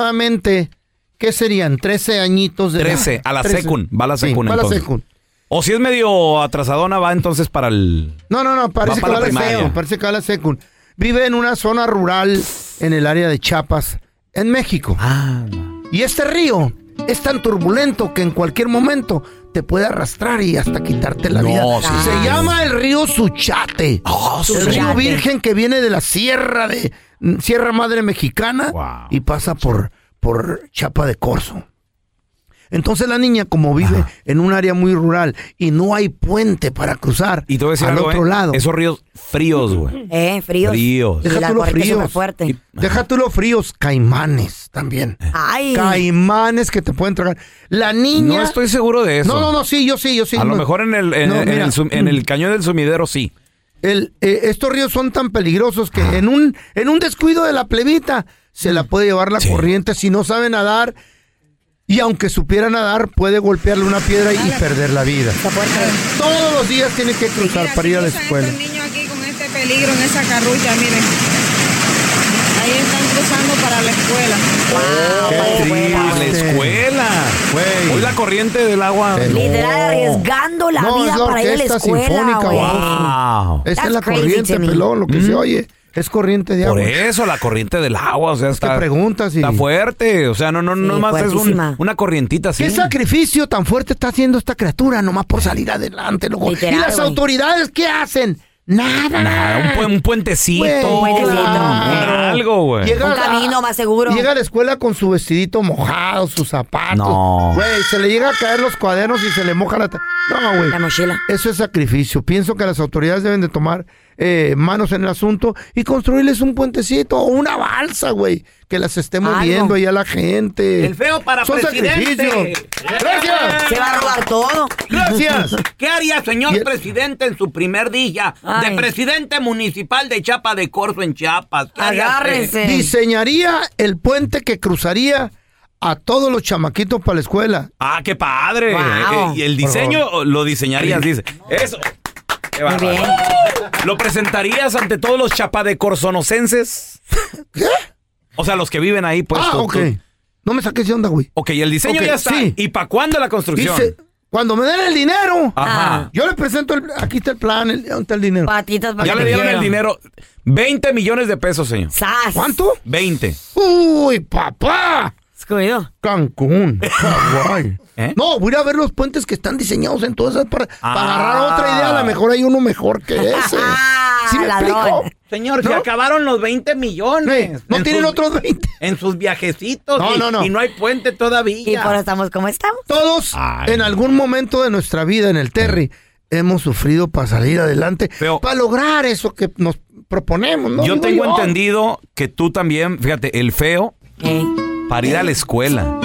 [SPEAKER 2] aproximadamente, ¿qué serían? 13 añitos de edad.
[SPEAKER 1] 13, a la
[SPEAKER 2] 13.
[SPEAKER 1] secund, va a la
[SPEAKER 2] Sí,
[SPEAKER 1] secund,
[SPEAKER 2] va a la
[SPEAKER 1] entonces.
[SPEAKER 2] secund.
[SPEAKER 1] O si es medio atrasadona, va entonces para el.
[SPEAKER 2] No, no, no, parece
[SPEAKER 1] Va
[SPEAKER 2] que
[SPEAKER 1] para
[SPEAKER 2] va
[SPEAKER 1] la
[SPEAKER 2] a la
[SPEAKER 1] primaria.
[SPEAKER 2] secund, parece que va a la secund. Vive en una zona rural en el área de Chiapas, en México.
[SPEAKER 1] Ah,
[SPEAKER 2] Y este río es tan turbulento que en cualquier momento te puede arrastrar y hasta quitarte la
[SPEAKER 1] No,
[SPEAKER 2] vida.
[SPEAKER 1] sí,
[SPEAKER 2] Se
[SPEAKER 1] sí.
[SPEAKER 2] llama el río Suchate.
[SPEAKER 1] Oh,
[SPEAKER 2] el
[SPEAKER 1] sí.
[SPEAKER 2] río virgen que viene de la sierra de mm, Sierra Madre Mexicana
[SPEAKER 1] Wow.
[SPEAKER 2] y pasa por, por Chapa de Corzo. Entonces la niña, como vive en un área muy rural y no hay puente para cruzar
[SPEAKER 1] Y te voy a decir
[SPEAKER 2] al
[SPEAKER 1] algo,
[SPEAKER 2] otro
[SPEAKER 1] ¿eh?
[SPEAKER 2] lado,
[SPEAKER 1] Esos ríos fríos, güey.
[SPEAKER 3] Eh, fríos.
[SPEAKER 1] Fríos.
[SPEAKER 3] Y
[SPEAKER 2] Deja
[SPEAKER 3] la
[SPEAKER 2] tú los
[SPEAKER 3] corriente es
[SPEAKER 2] fríos.
[SPEAKER 3] súper fuerte.
[SPEAKER 2] deja tú los fríos, caimanes también.
[SPEAKER 3] Ay.
[SPEAKER 2] Caimanes que te pueden tragar. La niña...
[SPEAKER 1] Eh. No estoy seguro de eso.
[SPEAKER 2] No, no, no, sí, yo sí, yo sí.
[SPEAKER 1] a lo
[SPEAKER 2] no.
[SPEAKER 1] mejor en el, en,
[SPEAKER 2] No,
[SPEAKER 1] en
[SPEAKER 2] mira.
[SPEAKER 1] el, sum- en el cañón del sumidero sí.
[SPEAKER 2] El- eh, estos ríos son tan peligrosos que en un, en un descuido de la plebita se la puede llevar la
[SPEAKER 1] Sí.
[SPEAKER 2] corriente si no sabe nadar. Y aunque supiera nadar, puede golpearle una piedra y perder la vida. Todos los días tiene que cruzar para ir a la escuela.
[SPEAKER 9] niños aquí con este peligro en esa carrulla, miren. Ahí están cruzando para la escuela.
[SPEAKER 3] Wow,
[SPEAKER 1] Oh,
[SPEAKER 2] Qué
[SPEAKER 3] para la escuela.
[SPEAKER 1] A la
[SPEAKER 2] triste.
[SPEAKER 1] escuela.
[SPEAKER 2] Güey.
[SPEAKER 1] Hoy la corriente del agua.
[SPEAKER 2] Sí.
[SPEAKER 3] Literal,
[SPEAKER 2] No.
[SPEAKER 3] arriesgando la
[SPEAKER 2] No,
[SPEAKER 3] vida
[SPEAKER 2] es la
[SPEAKER 3] para ir a la
[SPEAKER 2] orquesta
[SPEAKER 3] escuela,
[SPEAKER 2] sinfónica,
[SPEAKER 3] güey.
[SPEAKER 2] wow.
[SPEAKER 1] Wow. Mm.
[SPEAKER 2] Esa es
[SPEAKER 3] That's
[SPEAKER 2] la
[SPEAKER 3] crazy,
[SPEAKER 2] corriente,
[SPEAKER 3] Timmy.
[SPEAKER 2] pelón, lo que se oye. Es corriente de
[SPEAKER 1] Por
[SPEAKER 2] agua.
[SPEAKER 1] eso, la corriente del agua, o sea, está,
[SPEAKER 2] preguntas y-
[SPEAKER 1] está fuerte. O sea, no, no, no más es un-
[SPEAKER 2] fuertísima.
[SPEAKER 1] una corrientita así.
[SPEAKER 2] ¿Qué sacrificio tan fuerte está haciendo esta criatura nomás por salir adelante, loco?
[SPEAKER 1] Literal,
[SPEAKER 2] ¿Y las
[SPEAKER 1] güey.
[SPEAKER 2] autoridades qué hacen? Nada.
[SPEAKER 1] Nada, un, puen- un puentecito,
[SPEAKER 2] Güey,
[SPEAKER 1] un algo, güey.
[SPEAKER 2] Llega
[SPEAKER 3] Un
[SPEAKER 2] a-
[SPEAKER 3] camino más seguro.
[SPEAKER 2] Llega a la escuela con su vestidito mojado, sus zapatos.
[SPEAKER 1] No.
[SPEAKER 2] Güey, se le llega a caer los cuadernos y se le moja la... ta- No, güey. La mochila. Eso es sacrificio. Pienso que las autoridades deben de tomar eh, manos en el asunto y construirles un puentecito o una balsa, güey. Que las esté moviendo ahí a la gente.
[SPEAKER 8] El feo para
[SPEAKER 2] Son
[SPEAKER 8] presidente.
[SPEAKER 2] sacrificios. Gracias.
[SPEAKER 3] Se va a robar todo.
[SPEAKER 2] Gracias.
[SPEAKER 8] ¿Qué haría, señor
[SPEAKER 2] Y el-
[SPEAKER 8] presidente, en su primer día
[SPEAKER 3] Ay.
[SPEAKER 8] de presidente municipal de Chapa de Corzo en Chiapas? ¿Qué haría usted?
[SPEAKER 2] Diseñaría el puente que cruzaría a todos los chamaquitos para la escuela.
[SPEAKER 1] Ah, qué padre.
[SPEAKER 2] Wow.
[SPEAKER 1] Eh, Y el diseño lo diseñarías, dice. Eso. Qué bárbaro.
[SPEAKER 3] bien.
[SPEAKER 1] ¿Lo presentarías ante todos los chapadecorzonocenses? ¿Qué? O sea, los que viven ahí, pues.
[SPEAKER 2] ah,
[SPEAKER 1] tú-
[SPEAKER 2] ok.
[SPEAKER 1] tú-
[SPEAKER 2] No me saques de onda, güey.
[SPEAKER 1] Ok, el diseño
[SPEAKER 2] Ok,
[SPEAKER 1] ya está.
[SPEAKER 2] sí.
[SPEAKER 1] ¿Y para cuándo la construcción? Ah.
[SPEAKER 2] Dice, cuando me den el dinero,
[SPEAKER 1] Ajá.
[SPEAKER 2] yo les presento, el, aquí está el plan, el, ¿dónde está el dinero?
[SPEAKER 3] Ah, Patitas para
[SPEAKER 1] Ya
[SPEAKER 3] que
[SPEAKER 1] le dieron
[SPEAKER 3] quiera.
[SPEAKER 1] el dinero. 20 millones de pesos, señor.
[SPEAKER 3] ¡Sas!
[SPEAKER 2] ¿Cuánto?
[SPEAKER 1] 20.
[SPEAKER 2] ¡Uy, papá!
[SPEAKER 3] Escogido.
[SPEAKER 2] Cancún, Hawái.
[SPEAKER 1] ¿Eh?
[SPEAKER 2] No, voy a ir a ver los puentes que están diseñados en todas esas para, para
[SPEAKER 1] Ah.
[SPEAKER 2] agarrar otra idea. A lo mejor hay uno mejor que ese. ¿Sí me
[SPEAKER 3] ladrón.
[SPEAKER 2] explico?
[SPEAKER 8] Señor, se
[SPEAKER 2] ¿No?
[SPEAKER 8] acabaron los 20 millones.
[SPEAKER 2] No
[SPEAKER 8] En
[SPEAKER 2] tienen
[SPEAKER 8] sus-
[SPEAKER 2] otros 20.
[SPEAKER 8] En sus viajecitos.
[SPEAKER 2] No,
[SPEAKER 8] y,
[SPEAKER 2] no, no.
[SPEAKER 8] y hay puente
[SPEAKER 3] Y
[SPEAKER 8] todavía.
[SPEAKER 3] por eso estamos como estamos.
[SPEAKER 2] Todos
[SPEAKER 1] Ay.
[SPEAKER 2] en algún momento de nuestra vida en el Terry hemos sufrido para salir adelante,
[SPEAKER 1] Feo.
[SPEAKER 2] para lograr eso que nos proponemos. ¿no?
[SPEAKER 1] yo
[SPEAKER 2] Digo
[SPEAKER 1] tengo entendido que tú también, fíjate, el feo
[SPEAKER 3] ¿Eh?
[SPEAKER 1] para ir a la escuela.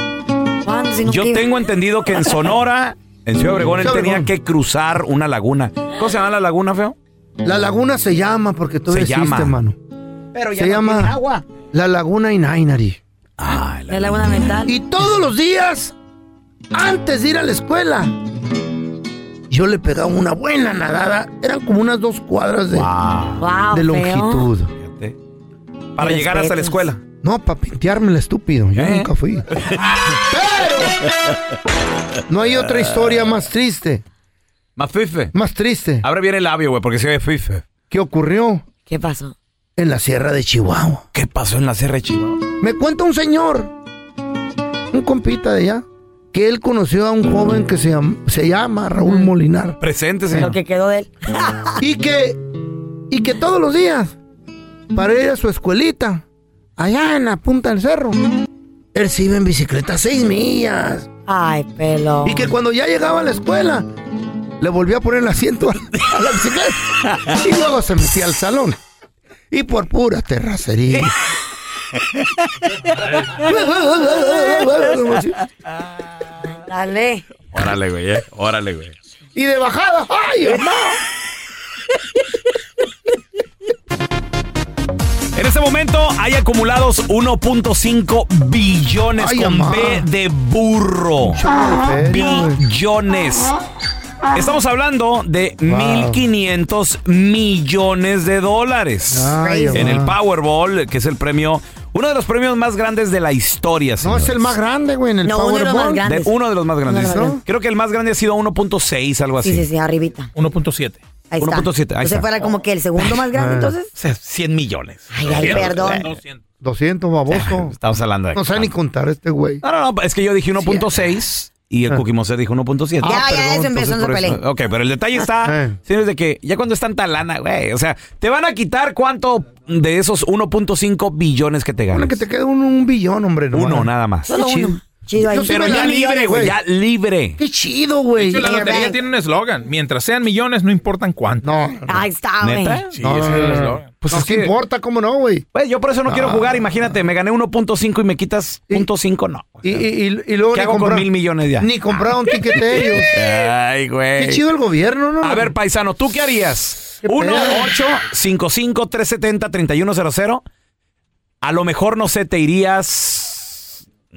[SPEAKER 3] ¿Cuándo? Si no
[SPEAKER 1] Yo
[SPEAKER 3] te-
[SPEAKER 1] tengo entendido que en Sonora, en Ciudad Obregón, él
[SPEAKER 2] Ciudad
[SPEAKER 1] tenía
[SPEAKER 2] Obregón.
[SPEAKER 1] que cruzar una laguna. ¿Cómo se llama la laguna, feo?
[SPEAKER 2] La laguna se llama porque tú
[SPEAKER 1] Se
[SPEAKER 2] existe,
[SPEAKER 1] llama.
[SPEAKER 2] hermano.
[SPEAKER 8] pero ya
[SPEAKER 2] se
[SPEAKER 8] no
[SPEAKER 2] llama
[SPEAKER 8] tiene agua.
[SPEAKER 2] La Laguna Inainari.
[SPEAKER 1] Ah,
[SPEAKER 3] Es la buena mental.
[SPEAKER 2] Y todos los días, antes de ir a la escuela, yo le pegaba una buena nadada. Eran como unas dos cuadras de,
[SPEAKER 3] Wow,
[SPEAKER 2] de longitud.
[SPEAKER 1] Fíjate. Para
[SPEAKER 3] Qué
[SPEAKER 1] llegar hasta la
[SPEAKER 3] respetos.
[SPEAKER 1] escuela.
[SPEAKER 2] No, para pintearme el estúpido. Yo
[SPEAKER 1] ¿Eh?
[SPEAKER 2] nunca fui. Pero no hay otra historia más triste,
[SPEAKER 1] Más fife.
[SPEAKER 2] más triste,
[SPEAKER 1] Abre bien el labio, güey, porque se ve fife.
[SPEAKER 2] que ocurrió
[SPEAKER 3] ¿Qué pasó?
[SPEAKER 2] en la Sierra de Chihuahua.
[SPEAKER 1] ¿Qué pasó en la Sierra de Chihuahua?
[SPEAKER 2] Me cuenta un señor, un compita de allá, que él conoció a un joven que se, llam- se llama Raúl Molinar
[SPEAKER 1] Presente,
[SPEAKER 3] Lo
[SPEAKER 1] señor.
[SPEAKER 3] que quedó de él.
[SPEAKER 2] y que, y que todos los días, para ir a su escuelita, allá en la punta del cerro, él se iba en bicicleta seis millas.
[SPEAKER 3] Ay, pelo.
[SPEAKER 2] Y que cuando ya llegaba a la escuela, le volvía a poner el asiento a, a la bicicleta y luego se metía al salón. Y por pura terracería.
[SPEAKER 3] Dale.
[SPEAKER 1] Órale, güey, eh. Órale, güey.
[SPEAKER 2] y de bajada. ¡Ay, hermano!
[SPEAKER 1] En este momento hay acumulados 1.5 billones
[SPEAKER 2] Ay,
[SPEAKER 1] con
[SPEAKER 2] amá.
[SPEAKER 1] B de burro.
[SPEAKER 3] Ah.
[SPEAKER 2] Bien.
[SPEAKER 1] Billones. Estamos hablando de 1.500 millones de dólares.
[SPEAKER 2] Ay,
[SPEAKER 1] en el
[SPEAKER 2] amá.
[SPEAKER 1] Powerball, que es el premio, uno de los premios más grandes de la historia.
[SPEAKER 2] No, es
[SPEAKER 1] señores.
[SPEAKER 2] el más grande, güey, en el
[SPEAKER 3] No, uno de los
[SPEAKER 2] Powerball.
[SPEAKER 3] más
[SPEAKER 1] De-
[SPEAKER 3] grandes.
[SPEAKER 1] uno de los más
[SPEAKER 3] Uno
[SPEAKER 1] grandes.
[SPEAKER 3] de los grandes.
[SPEAKER 1] Creo que el más grande ha sido 1.6, algo así.
[SPEAKER 3] Sí, sí, sí, arribita.
[SPEAKER 5] 1.7.
[SPEAKER 3] Ahí está.
[SPEAKER 1] 1.7, ahí
[SPEAKER 3] Entonces
[SPEAKER 1] está. Eh.
[SPEAKER 3] fuera como que el segundo más grande, entonces.
[SPEAKER 1] O sea, 100 millones.
[SPEAKER 3] Ay, ay, perdón.
[SPEAKER 2] 200, baboso.
[SPEAKER 1] Estamos hablando de...
[SPEAKER 2] No sabe ni contar este güey.
[SPEAKER 1] No, no, no, es que yo dije 1.6 y
[SPEAKER 2] Ah.
[SPEAKER 1] el Cookie Monster dijo 1.7.
[SPEAKER 3] Ya, ya, eso empezó,
[SPEAKER 1] Ah, entonces
[SPEAKER 3] no
[SPEAKER 1] por
[SPEAKER 3] se peleen.
[SPEAKER 1] Ok, pero el detalle está,
[SPEAKER 2] Eh.
[SPEAKER 1] señores, de que ya cuando es tanta lana, güey, o sea, te van a quitar cuánto de esos 1.5 billones que te ganas.
[SPEAKER 2] Bueno, que te queda un, un billón, hombre. no
[SPEAKER 1] Uno
[SPEAKER 2] mames.
[SPEAKER 1] nada más.
[SPEAKER 2] Qué chido.
[SPEAKER 3] Chido ahí.
[SPEAKER 2] Yo
[SPEAKER 1] Pero
[SPEAKER 2] sí me
[SPEAKER 1] ya
[SPEAKER 2] gané
[SPEAKER 1] libre,
[SPEAKER 2] millones,
[SPEAKER 1] güey, ya libre.
[SPEAKER 2] Qué chido, güey.
[SPEAKER 5] la
[SPEAKER 3] Air
[SPEAKER 5] lotería
[SPEAKER 3] Bank.
[SPEAKER 5] tiene un eslogan. Mientras sean millones, no importan cuánto.
[SPEAKER 2] No, no,
[SPEAKER 3] Ahí está, güey.
[SPEAKER 1] ¿Neta?
[SPEAKER 5] Sí,
[SPEAKER 2] no,
[SPEAKER 5] ese
[SPEAKER 2] no,
[SPEAKER 5] es el
[SPEAKER 2] no, no.
[SPEAKER 5] eslogan.
[SPEAKER 1] Pues
[SPEAKER 2] no
[SPEAKER 1] es
[SPEAKER 2] se
[SPEAKER 1] que-
[SPEAKER 2] importa, ¿cómo no, güey?
[SPEAKER 1] Güey, yo por eso no quiero jugar, imagínate, me gané 1.5 y me quitas 0.5, no.
[SPEAKER 2] Y, y, y, y luego
[SPEAKER 1] ¿Qué
[SPEAKER 2] ni
[SPEAKER 1] hago con
[SPEAKER 2] comprar-
[SPEAKER 1] mil Ah. millones ya?
[SPEAKER 2] Ni compraron ticket ellos.
[SPEAKER 1] Ay, güey.
[SPEAKER 2] Qué chido el gobierno, ¿no?
[SPEAKER 1] A ver, paisano, ¿tú qué harías?
[SPEAKER 2] Qué
[SPEAKER 1] 1
[SPEAKER 2] pedo.
[SPEAKER 1] 855 370 3100 A lo mejor, no sé, te irías,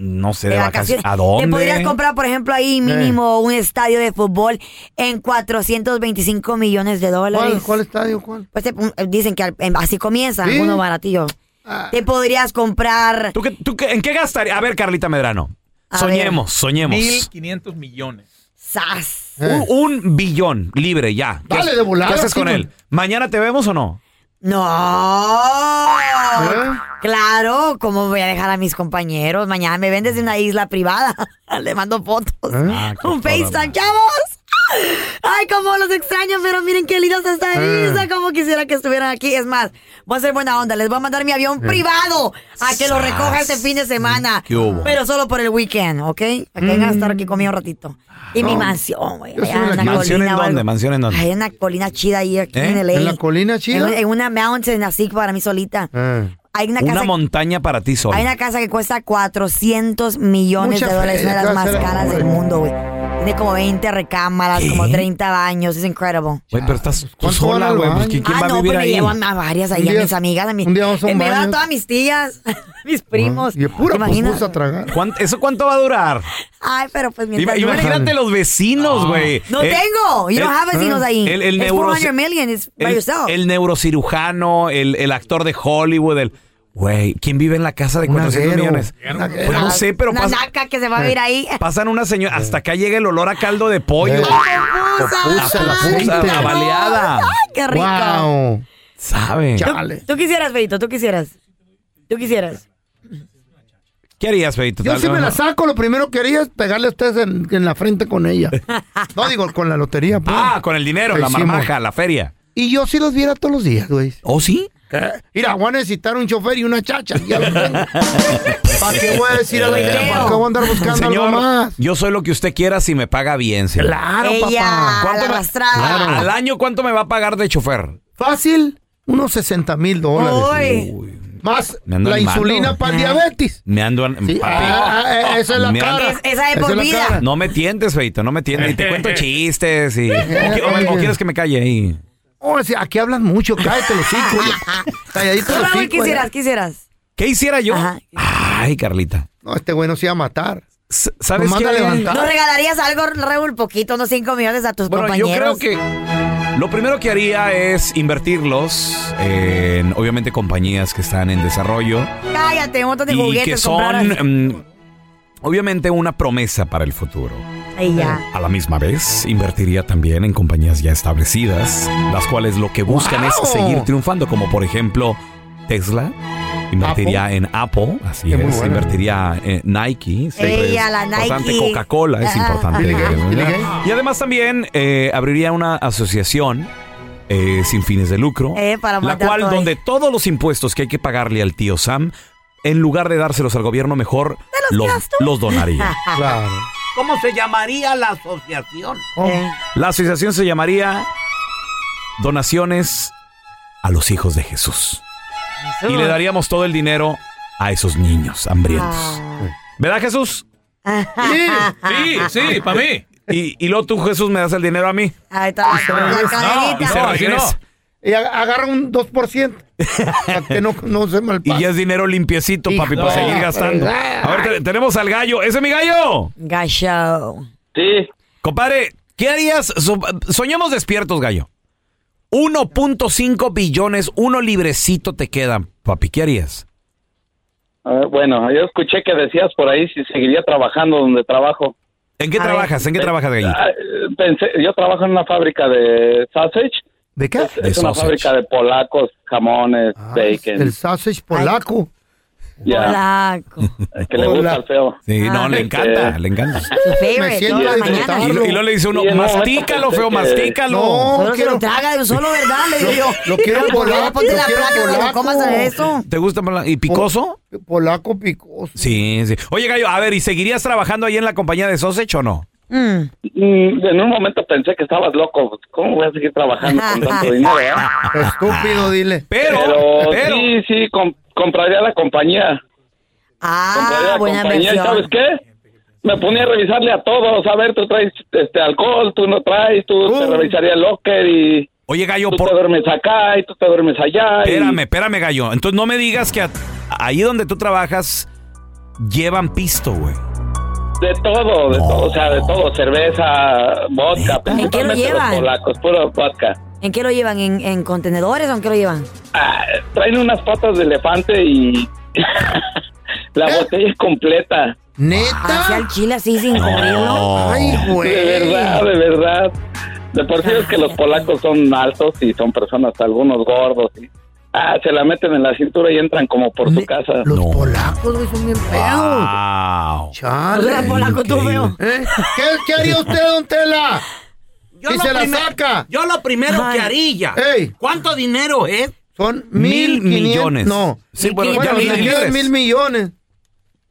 [SPEAKER 1] no sé, de, vacaciones. ¿A
[SPEAKER 3] Te podrías
[SPEAKER 1] dónde? Eh.
[SPEAKER 3] comprar, por ejemplo, ahí mínimo un estadio de fútbol en 425 millones de dólares.
[SPEAKER 2] ¿Cuál, ¿Cuál estadio? ¿Cuál?
[SPEAKER 3] Pues, eh, dicen que al- eh, así comienza,
[SPEAKER 2] Sí.
[SPEAKER 3] uno baratillo.
[SPEAKER 2] Ah.
[SPEAKER 3] Te podrías comprar
[SPEAKER 1] ¿Tú qué- tú qué- ¿En qué gastarías? A ver, Carlita Medrano.
[SPEAKER 3] A
[SPEAKER 1] soñemos, soñemos.
[SPEAKER 5] 1.500 millones.
[SPEAKER 3] SAS.
[SPEAKER 2] Eh.
[SPEAKER 1] Un, un billón libre ya. ¿Qué-
[SPEAKER 2] Dale, de volada,
[SPEAKER 1] ¿Qué haces con
[SPEAKER 2] sí,
[SPEAKER 1] él? ¿Mañana te vemos o no?
[SPEAKER 3] No.
[SPEAKER 2] ¿eh?
[SPEAKER 1] ¿Eh?
[SPEAKER 3] Claro, ¿cómo voy a dejar a mis compañeros? Mañana me ven desde una isla privada. Le mando fotos.
[SPEAKER 2] Ah,
[SPEAKER 3] Un FaceTime, chavos. Ay, cómo los extraño, pero miren qué linda está esta
[SPEAKER 2] Eh.
[SPEAKER 3] isla. Cómo quisiera que estuvieran aquí. Es más, voy a hacer buena onda. Les voy a mandar mi avión
[SPEAKER 2] Eh.
[SPEAKER 3] privado a que lo
[SPEAKER 2] Sas.
[SPEAKER 3] recoja este fin de semana.
[SPEAKER 2] ¿Qué hubo? Mm.
[SPEAKER 3] Pero solo por el weekend, ¿ok? A que vengan a estar aquí conmigo un ratito. Y mi
[SPEAKER 2] No.
[SPEAKER 3] mansión, güey.
[SPEAKER 2] Yo
[SPEAKER 3] allá
[SPEAKER 2] soy
[SPEAKER 3] en
[SPEAKER 2] la
[SPEAKER 3] la
[SPEAKER 2] que- ¿Mansión en
[SPEAKER 3] colina o
[SPEAKER 2] dónde?
[SPEAKER 3] algo.
[SPEAKER 2] ¿Mansión en dónde?
[SPEAKER 3] Ay, en una colina chida ahí aquí
[SPEAKER 1] ¿Eh?
[SPEAKER 3] en LA.
[SPEAKER 1] ¿En la colina chida?
[SPEAKER 3] En, en una mountain así para mí solita.
[SPEAKER 2] Ah. Eh.
[SPEAKER 3] Hay una
[SPEAKER 1] Una,
[SPEAKER 3] casa
[SPEAKER 1] montaña para ti sola.
[SPEAKER 3] hay una casa que cuesta 400 millones
[SPEAKER 2] Mucha
[SPEAKER 3] de dólares, una de
[SPEAKER 2] feria,
[SPEAKER 3] las más
[SPEAKER 2] casa de-
[SPEAKER 3] caras del mundo, güey. Tiene como 20 recámaras, como 30 baños, es increíble.
[SPEAKER 1] Güey, pero estás tú
[SPEAKER 2] ¿Cuánto
[SPEAKER 1] sola,
[SPEAKER 2] vale el
[SPEAKER 1] güey. pues,
[SPEAKER 2] baño?
[SPEAKER 1] ¿qui- ¿Quién
[SPEAKER 3] ah,
[SPEAKER 1] va a
[SPEAKER 3] no,
[SPEAKER 1] vivir
[SPEAKER 3] pues me
[SPEAKER 1] ahí?
[SPEAKER 3] llevo a, a varias ahí,
[SPEAKER 2] Un
[SPEAKER 3] a
[SPEAKER 2] día-
[SPEAKER 3] mis amigas, a mis,
[SPEAKER 2] un día vamos a un
[SPEAKER 3] eh, me van
[SPEAKER 2] baño. Ah,
[SPEAKER 3] todas mis tías, mis primos.
[SPEAKER 2] Y es pura
[SPEAKER 3] ¿Te imaginas?
[SPEAKER 2] pupusa a tragar.
[SPEAKER 1] ¿Cuán- ¿Eso cuánto va a durar?
[SPEAKER 3] Ay, pero pues
[SPEAKER 1] Ima-
[SPEAKER 3] mientras dure-
[SPEAKER 1] imagínate los vecinos, güey.
[SPEAKER 3] No
[SPEAKER 1] El-
[SPEAKER 3] tengo, you don't
[SPEAKER 1] el-
[SPEAKER 3] have vecinos ahí.
[SPEAKER 1] eh, El, el
[SPEAKER 3] It's
[SPEAKER 1] neuro-
[SPEAKER 3] 400 million, it's by
[SPEAKER 1] el,
[SPEAKER 3] yourself.
[SPEAKER 1] el neurocirujano, el, el actor de Hollywood, el... Güey, ¿quién vive en la casa de
[SPEAKER 2] Un
[SPEAKER 1] 400
[SPEAKER 2] aguero.
[SPEAKER 1] millones?
[SPEAKER 2] Un aguero.
[SPEAKER 1] Pues no sé, pero
[SPEAKER 3] una
[SPEAKER 1] pasa-
[SPEAKER 3] naca que se va a
[SPEAKER 2] Eh.
[SPEAKER 3] ir ahí.
[SPEAKER 1] pasan una señora... Hasta acá llega el olor a caldo de pollo.
[SPEAKER 2] Pupusa, la
[SPEAKER 1] Ay,
[SPEAKER 2] aceite.
[SPEAKER 1] la baleada.
[SPEAKER 3] Ay, qué rico.
[SPEAKER 2] Wow.
[SPEAKER 1] ¿Sabe?
[SPEAKER 2] Chale.
[SPEAKER 3] Tú quisieras, Feito, tú quisieras. Tú quisieras.
[SPEAKER 1] ¿Qué harías, Feito?
[SPEAKER 2] Yo
[SPEAKER 1] Tal-
[SPEAKER 2] si me
[SPEAKER 1] no,
[SPEAKER 2] la
[SPEAKER 1] no.
[SPEAKER 2] saco, lo primero que haría es pegarle a ustedes en, en la frente con ella. No digo con la lotería, pues.
[SPEAKER 1] Ah, con el dinero,
[SPEAKER 2] Lo
[SPEAKER 1] la
[SPEAKER 2] hicimos.
[SPEAKER 1] marmaja, la feria.
[SPEAKER 2] Y yo sí los viera todos los días, güey.
[SPEAKER 1] ¿Oh, sí?
[SPEAKER 2] Mira, voy a necesitar un chofer y una chacha. Ya lo tengo. ¿Para qué voy a decir a la gente? ¿Para qué voy a andar buscando
[SPEAKER 1] Pues Señor,
[SPEAKER 2] algo más?
[SPEAKER 1] yo soy lo que usted quiera si me paga bien, señor.
[SPEAKER 2] Claro,
[SPEAKER 3] Ella,
[SPEAKER 2] papá.
[SPEAKER 3] la arrastrada.
[SPEAKER 1] Ah, Al año, ¿cuánto me va a pagar de chofer?
[SPEAKER 2] Fácil, unos 60 mil dólares.
[SPEAKER 3] Uy. Ah.
[SPEAKER 2] Más
[SPEAKER 1] Me ando
[SPEAKER 2] la
[SPEAKER 1] animando.
[SPEAKER 2] insulina para el diabetes.
[SPEAKER 1] Me ando... an-
[SPEAKER 2] Sí,
[SPEAKER 1] papi.
[SPEAKER 2] ah, ah, ah, esa es la
[SPEAKER 1] Me han-
[SPEAKER 2] cara.
[SPEAKER 3] Es- esa es
[SPEAKER 2] Esa
[SPEAKER 3] por
[SPEAKER 2] la
[SPEAKER 3] vida.
[SPEAKER 2] cara.
[SPEAKER 1] No me tientes, Feito, no me tientes. Y te cuento chistes y... O, qui- o- o quieres que me calle ahí.
[SPEAKER 2] Oh, sí, aquí hablan mucho, cállate los hijos. Calladito
[SPEAKER 3] Tú,
[SPEAKER 2] los
[SPEAKER 3] Raúl,
[SPEAKER 2] hijos.
[SPEAKER 1] ¿eh?
[SPEAKER 3] quisieras, quisieras.
[SPEAKER 1] ¿Qué hiciera yo?
[SPEAKER 3] Ajá.
[SPEAKER 1] Ay, Carlita.
[SPEAKER 2] No, este güey no se iba a matar.
[SPEAKER 1] S- ¿Sabes
[SPEAKER 2] Nomás
[SPEAKER 1] qué?
[SPEAKER 2] la levantaba.
[SPEAKER 3] ¿No regalarías algo, Raúl, poquito, unos 5 millones a tus
[SPEAKER 1] ¿Ah? Bueno, yo creo
[SPEAKER 3] compañeros?
[SPEAKER 1] que lo primero que haría es invertirlos en, obviamente, compañías que están en desarrollo
[SPEAKER 3] Cállate, un montón de
[SPEAKER 1] y
[SPEAKER 3] juguetes
[SPEAKER 1] que
[SPEAKER 3] compraras.
[SPEAKER 1] son, mm, obviamente, una promesa para el futuro.
[SPEAKER 3] Ahí ya.
[SPEAKER 1] A la misma vez, invertiría también en compañías ya establecidas, las cuales lo que buscan
[SPEAKER 2] ¡Wow!
[SPEAKER 1] es seguir triunfando, como por ejemplo Tesla. Invertiría en Apple, así
[SPEAKER 2] Qué muy
[SPEAKER 1] es.
[SPEAKER 2] buena.
[SPEAKER 1] Invertiría en Nike, siempre
[SPEAKER 3] Ella,
[SPEAKER 1] es
[SPEAKER 3] la
[SPEAKER 1] importante.
[SPEAKER 3] Nike.
[SPEAKER 1] Coca-Cola es
[SPEAKER 3] Ah,
[SPEAKER 1] importante.
[SPEAKER 2] Bill Gates, Bill Gates.
[SPEAKER 1] Y además también eh, abriría una asociación eh, sin fines de lucro,
[SPEAKER 3] Eh, para
[SPEAKER 1] la
[SPEAKER 3] matar
[SPEAKER 1] cual
[SPEAKER 3] todo ahí.
[SPEAKER 1] donde todos los impuestos que hay que pagarle al tío Sam, en lugar de dárselos al gobierno, mejor los, los donaría.
[SPEAKER 2] Claro. Oh,
[SPEAKER 8] ¿Cómo se llamaría la asociación?
[SPEAKER 3] Eh,
[SPEAKER 1] La asociación se llamaría Donaciones a los hijos de Jesús. Y le daríamos todo el dinero a esos niños hambrientos.
[SPEAKER 3] ah.
[SPEAKER 1] ¿Verdad, Jesús?
[SPEAKER 2] Ah,
[SPEAKER 5] Sí, sí, para mí.
[SPEAKER 1] Y, y luego tú, Jesús, me das el dinero a mí.
[SPEAKER 3] Ahí está la, la
[SPEAKER 1] Y
[SPEAKER 3] cadenita.
[SPEAKER 1] se
[SPEAKER 5] no, aquí
[SPEAKER 1] regresa.
[SPEAKER 2] Y a- agarra un 2%. para que no, no se
[SPEAKER 1] Y
[SPEAKER 2] malpase.
[SPEAKER 1] ya es dinero limpiecito,
[SPEAKER 2] Hijo
[SPEAKER 1] papi, para
[SPEAKER 2] de-
[SPEAKER 1] seguir gastando. A ver, te- tenemos al gallo. ¡Ese es mi gallo!
[SPEAKER 3] Gacho.
[SPEAKER 7] Sí,
[SPEAKER 1] Compadre, ¿qué harías? So- soñemos despiertos, gallo. 1.5 billones, uno librecito te quedan, papi. ¿Qué harías?
[SPEAKER 7] Ah, bueno, yo escuché que decías por ahí si seguiría trabajando donde trabajo.
[SPEAKER 1] ¿En qué
[SPEAKER 3] A ver.
[SPEAKER 1] trabajas? ¿En qué trabajas, gallo?
[SPEAKER 7] Ah, eh, pensé, yo trabajo en una fábrica de sausage.
[SPEAKER 2] ¿De qué?
[SPEAKER 1] De
[SPEAKER 7] es una
[SPEAKER 1] sausage.
[SPEAKER 7] fábrica de polacos, jamones,
[SPEAKER 2] Ah,
[SPEAKER 7] bacon.
[SPEAKER 2] El sausage polaco.
[SPEAKER 7] ya,
[SPEAKER 3] Polaco.
[SPEAKER 7] que le gusta al feo.
[SPEAKER 1] Sí, no,
[SPEAKER 3] Ah.
[SPEAKER 1] le encanta,
[SPEAKER 7] Este-
[SPEAKER 1] le encanta.
[SPEAKER 3] Su favorite,
[SPEAKER 2] siento
[SPEAKER 3] todas las
[SPEAKER 2] disfrutar.
[SPEAKER 1] Y,
[SPEAKER 3] mañanas.
[SPEAKER 1] y luego le dice uno,
[SPEAKER 7] Sí, no,
[SPEAKER 1] mastícalo,
[SPEAKER 7] pensé
[SPEAKER 1] feo,
[SPEAKER 7] que-
[SPEAKER 1] mastícalo.
[SPEAKER 2] No.
[SPEAKER 3] Solo se
[SPEAKER 2] quiero-
[SPEAKER 3] lo traga de un solo, ¿verdad? Le digo.
[SPEAKER 2] Lo quiero polaco.
[SPEAKER 3] Ponte
[SPEAKER 2] lo
[SPEAKER 3] la
[SPEAKER 2] quiero
[SPEAKER 3] placa cuando lo
[SPEAKER 2] polaco.
[SPEAKER 3] comas de eso.
[SPEAKER 1] ¿Te gusta? Pola- ¿Y picoso?
[SPEAKER 2] Polaco picoso.
[SPEAKER 1] Sí, sí. Oye, gallo, a ver, ¿y seguirías trabajando ahí en la compañía de sausage o no?
[SPEAKER 3] Mm.
[SPEAKER 7] Mm, en un momento pensé que estabas loco. ¿Cómo voy a seguir trabajando con tanto dinero? eh?
[SPEAKER 2] Estúpido, dile.
[SPEAKER 1] Pero,
[SPEAKER 7] Pero,
[SPEAKER 1] pero,
[SPEAKER 7] sí, sí, com- compraría la compañía. Compraría
[SPEAKER 3] Ah,
[SPEAKER 7] la
[SPEAKER 3] buena
[SPEAKER 7] compañía. ¿Y
[SPEAKER 3] versión.
[SPEAKER 7] ¿Sabes qué? Me ponía a revisarle a todos. A ver, tú traes este alcohol, tú no traes, tú te
[SPEAKER 2] Uh.
[SPEAKER 7] revisaría el locker y
[SPEAKER 1] oye, gallo,
[SPEAKER 7] tú
[SPEAKER 1] por,
[SPEAKER 7] te duermes acá y tú te duermes allá. y-
[SPEAKER 1] Espérame, espérame, gallo. Entonces no me digas que a- ahí donde tú trabajas llevan pisto, güey.
[SPEAKER 7] De todo, de
[SPEAKER 1] No.
[SPEAKER 7] todo, o sea, de todo, cerveza, vodka,
[SPEAKER 3] ¿En qué lo
[SPEAKER 7] principalmente los
[SPEAKER 3] llevan?
[SPEAKER 7] polacos, puro vodka.
[SPEAKER 3] ¿En qué lo llevan? ¿En, en contenedores o en qué lo llevan?
[SPEAKER 7] Ah, traen unas patas de elefante y la botella es completa.
[SPEAKER 3] Hacia
[SPEAKER 2] ¿Neta?
[SPEAKER 3] el Ah, chile así sin cubrirlo.
[SPEAKER 2] Ay, güey.
[SPEAKER 7] De verdad, de verdad. De por sí es que los polacos son altos y son personas, algunos gordos. y Ah, se la meten en la cintura y entran como por su casa.
[SPEAKER 2] Los polacos, güey, son bien feos.
[SPEAKER 1] Wow.
[SPEAKER 2] Ah, Chale.
[SPEAKER 3] Era polaco, tú feo.
[SPEAKER 2] ¿Eh? ¿Qué, qué haría usted, don Tela?
[SPEAKER 8] Yo
[SPEAKER 2] y
[SPEAKER 8] lo
[SPEAKER 2] se la
[SPEAKER 8] primer-
[SPEAKER 2] saca.
[SPEAKER 8] Yo lo primero
[SPEAKER 3] Ay.
[SPEAKER 8] que haría.
[SPEAKER 2] Ey.
[SPEAKER 8] ¿Cuánto dinero es?
[SPEAKER 2] Son
[SPEAKER 1] Mil
[SPEAKER 2] mil,
[SPEAKER 1] millones.
[SPEAKER 2] No.
[SPEAKER 1] Sí, bueno,
[SPEAKER 2] Bueno,
[SPEAKER 1] ya
[SPEAKER 2] mil
[SPEAKER 1] mil
[SPEAKER 2] millones. Mil millones.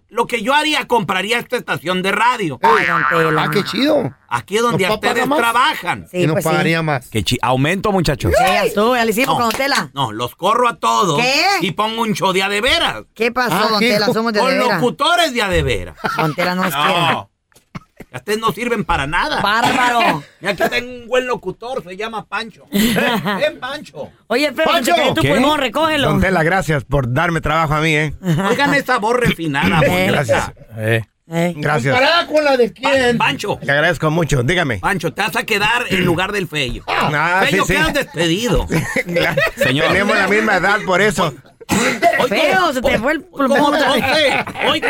[SPEAKER 8] Lo que yo haría, compraría esta estación de radio.
[SPEAKER 2] Ey.
[SPEAKER 3] don Tela.
[SPEAKER 2] Ah, qué chido.
[SPEAKER 8] Aquí es donde
[SPEAKER 2] ¿Nos
[SPEAKER 8] ustedes
[SPEAKER 2] paga más?
[SPEAKER 8] trabajan.
[SPEAKER 3] Sí,
[SPEAKER 2] y nos
[SPEAKER 3] pues sí.
[SPEAKER 2] pagaría más.
[SPEAKER 1] Que chi- aumento, muchachos.
[SPEAKER 3] Sí, ya estuvo, ya lo hicimos con Don Tela.
[SPEAKER 8] No, los corro a todos
[SPEAKER 3] ¿Qué?
[SPEAKER 8] y pongo un show de a de veras.
[SPEAKER 3] ¿Qué pasó,
[SPEAKER 2] Ah,
[SPEAKER 3] Don
[SPEAKER 2] ¿qué?
[SPEAKER 3] Tela? Somos de
[SPEAKER 8] Con
[SPEAKER 3] veras.
[SPEAKER 8] locutores de a de veras.
[SPEAKER 3] Don Tela no nos quiere.
[SPEAKER 8] No. Ya Ustedes no sirven para nada.
[SPEAKER 3] Bárbaro.
[SPEAKER 8] Ya que tengo un buen locutor, se llama Pancho. Ven, Pancho.
[SPEAKER 3] Oye, feo, que se
[SPEAKER 2] ¡Pancho!
[SPEAKER 3] te cayó tu
[SPEAKER 1] ¿Qué?
[SPEAKER 3] pulmón, recógelo.
[SPEAKER 10] Don Tela, gracias por darme trabajo a mí, ¿eh?
[SPEAKER 8] Oigan esa voz refinada.
[SPEAKER 3] Eh.
[SPEAKER 8] bonita.
[SPEAKER 10] Gracias.
[SPEAKER 1] Ah.
[SPEAKER 10] Eh,
[SPEAKER 3] Eh.
[SPEAKER 10] Gracias.
[SPEAKER 2] Comparada con la de
[SPEAKER 8] Pan-
[SPEAKER 2] quién?
[SPEAKER 8] Pancho,
[SPEAKER 10] Le agradezco mucho. Dígame.
[SPEAKER 8] Pancho, te vas a quedar en lugar del feyo.
[SPEAKER 10] Ah,
[SPEAKER 8] Feyo,
[SPEAKER 10] sí, sí.
[SPEAKER 8] quedas despedido.
[SPEAKER 1] Señor.
[SPEAKER 10] Tenemos la misma edad, por eso.
[SPEAKER 8] Hoy
[SPEAKER 3] Feo, se te
[SPEAKER 8] hoy-
[SPEAKER 3] fue el
[SPEAKER 8] ¿Cómo
[SPEAKER 3] pulmón otra
[SPEAKER 8] tos,
[SPEAKER 3] vez.
[SPEAKER 8] eh? Hoy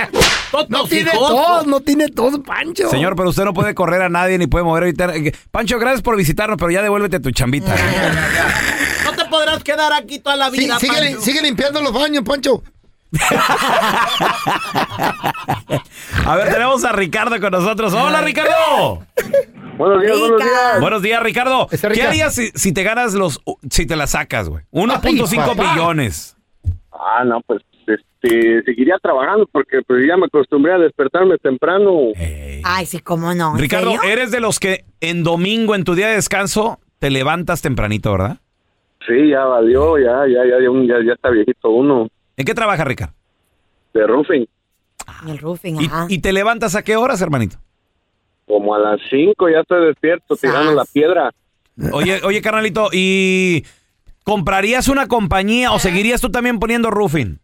[SPEAKER 8] tos
[SPEAKER 2] No tiene
[SPEAKER 8] tosijoso.
[SPEAKER 2] tos, no tiene tos, Pancho.
[SPEAKER 1] Señor, pero usted no puede correr a nadie ni puede mover ahorita. Pancho, gracias por visitarnos, pero ya devuélvete tu chambita.
[SPEAKER 8] No te podrás quedar aquí toda la
[SPEAKER 2] Sí,
[SPEAKER 8] vida,
[SPEAKER 2] sigue,
[SPEAKER 8] Pancho.
[SPEAKER 2] sigue limpiando los baños, Pancho.
[SPEAKER 1] A ver, tenemos a Ricardo con nosotros. ¡Hola, Ricardo!
[SPEAKER 7] Buenos días, buenos días.
[SPEAKER 1] Buenos días, Ricardo.
[SPEAKER 2] Está
[SPEAKER 1] ¿Qué
[SPEAKER 2] Ricardo.
[SPEAKER 1] harías si, si te ganas los... si te la sacas, güey? 1.5
[SPEAKER 2] papá.
[SPEAKER 1] billones.
[SPEAKER 7] Ah, no, pues este, seguiría trabajando porque pues, ya me acostumbré a despertarme temprano.
[SPEAKER 1] Ey.
[SPEAKER 3] Ay, sí, cómo no. ¿En
[SPEAKER 1] Ricardo, eh,
[SPEAKER 3] serio?
[SPEAKER 1] eres de los que en domingo, en tu día de descanso, te levantas tempranito, ¿verdad?
[SPEAKER 7] Sí, ya valió, ya, ya, ya, ya, ya, ya está viejito uno
[SPEAKER 1] ¿En qué trabajas, Ricardo?
[SPEAKER 7] de roofing.
[SPEAKER 3] El roofing,
[SPEAKER 1] ¿Y,
[SPEAKER 3] ajá.
[SPEAKER 1] y te levantas a qué horas, hermanito?
[SPEAKER 7] Como a las 5 ya estoy despierto tirando la piedra.
[SPEAKER 1] Oye, oye, carnalito, ¿y comprarías una compañía o seguirías tú también poniendo roofing?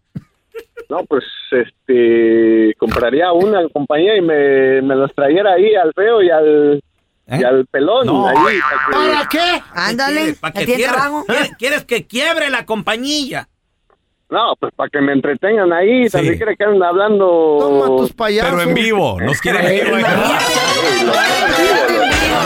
[SPEAKER 7] No, pues este, compraría una compañía y me, me las trayera ahí al feo y al,
[SPEAKER 1] ¿Eh?
[SPEAKER 7] y al pelón.
[SPEAKER 1] No.
[SPEAKER 7] ahí, para que-
[SPEAKER 2] ¿Para qué?
[SPEAKER 3] Ándale,
[SPEAKER 8] ¿Para
[SPEAKER 3] ya
[SPEAKER 8] que
[SPEAKER 3] tiene
[SPEAKER 8] quieras?
[SPEAKER 3] trabajo.
[SPEAKER 8] ¿Quieres- ¿Quieres que quiebre la compañía?
[SPEAKER 7] no, pues para que me entretengan ahí.
[SPEAKER 1] Sí.
[SPEAKER 7] También quiere que anden hablando.
[SPEAKER 2] Toma tus payasos.
[SPEAKER 1] Pero en vivo, nos quieren en vivo.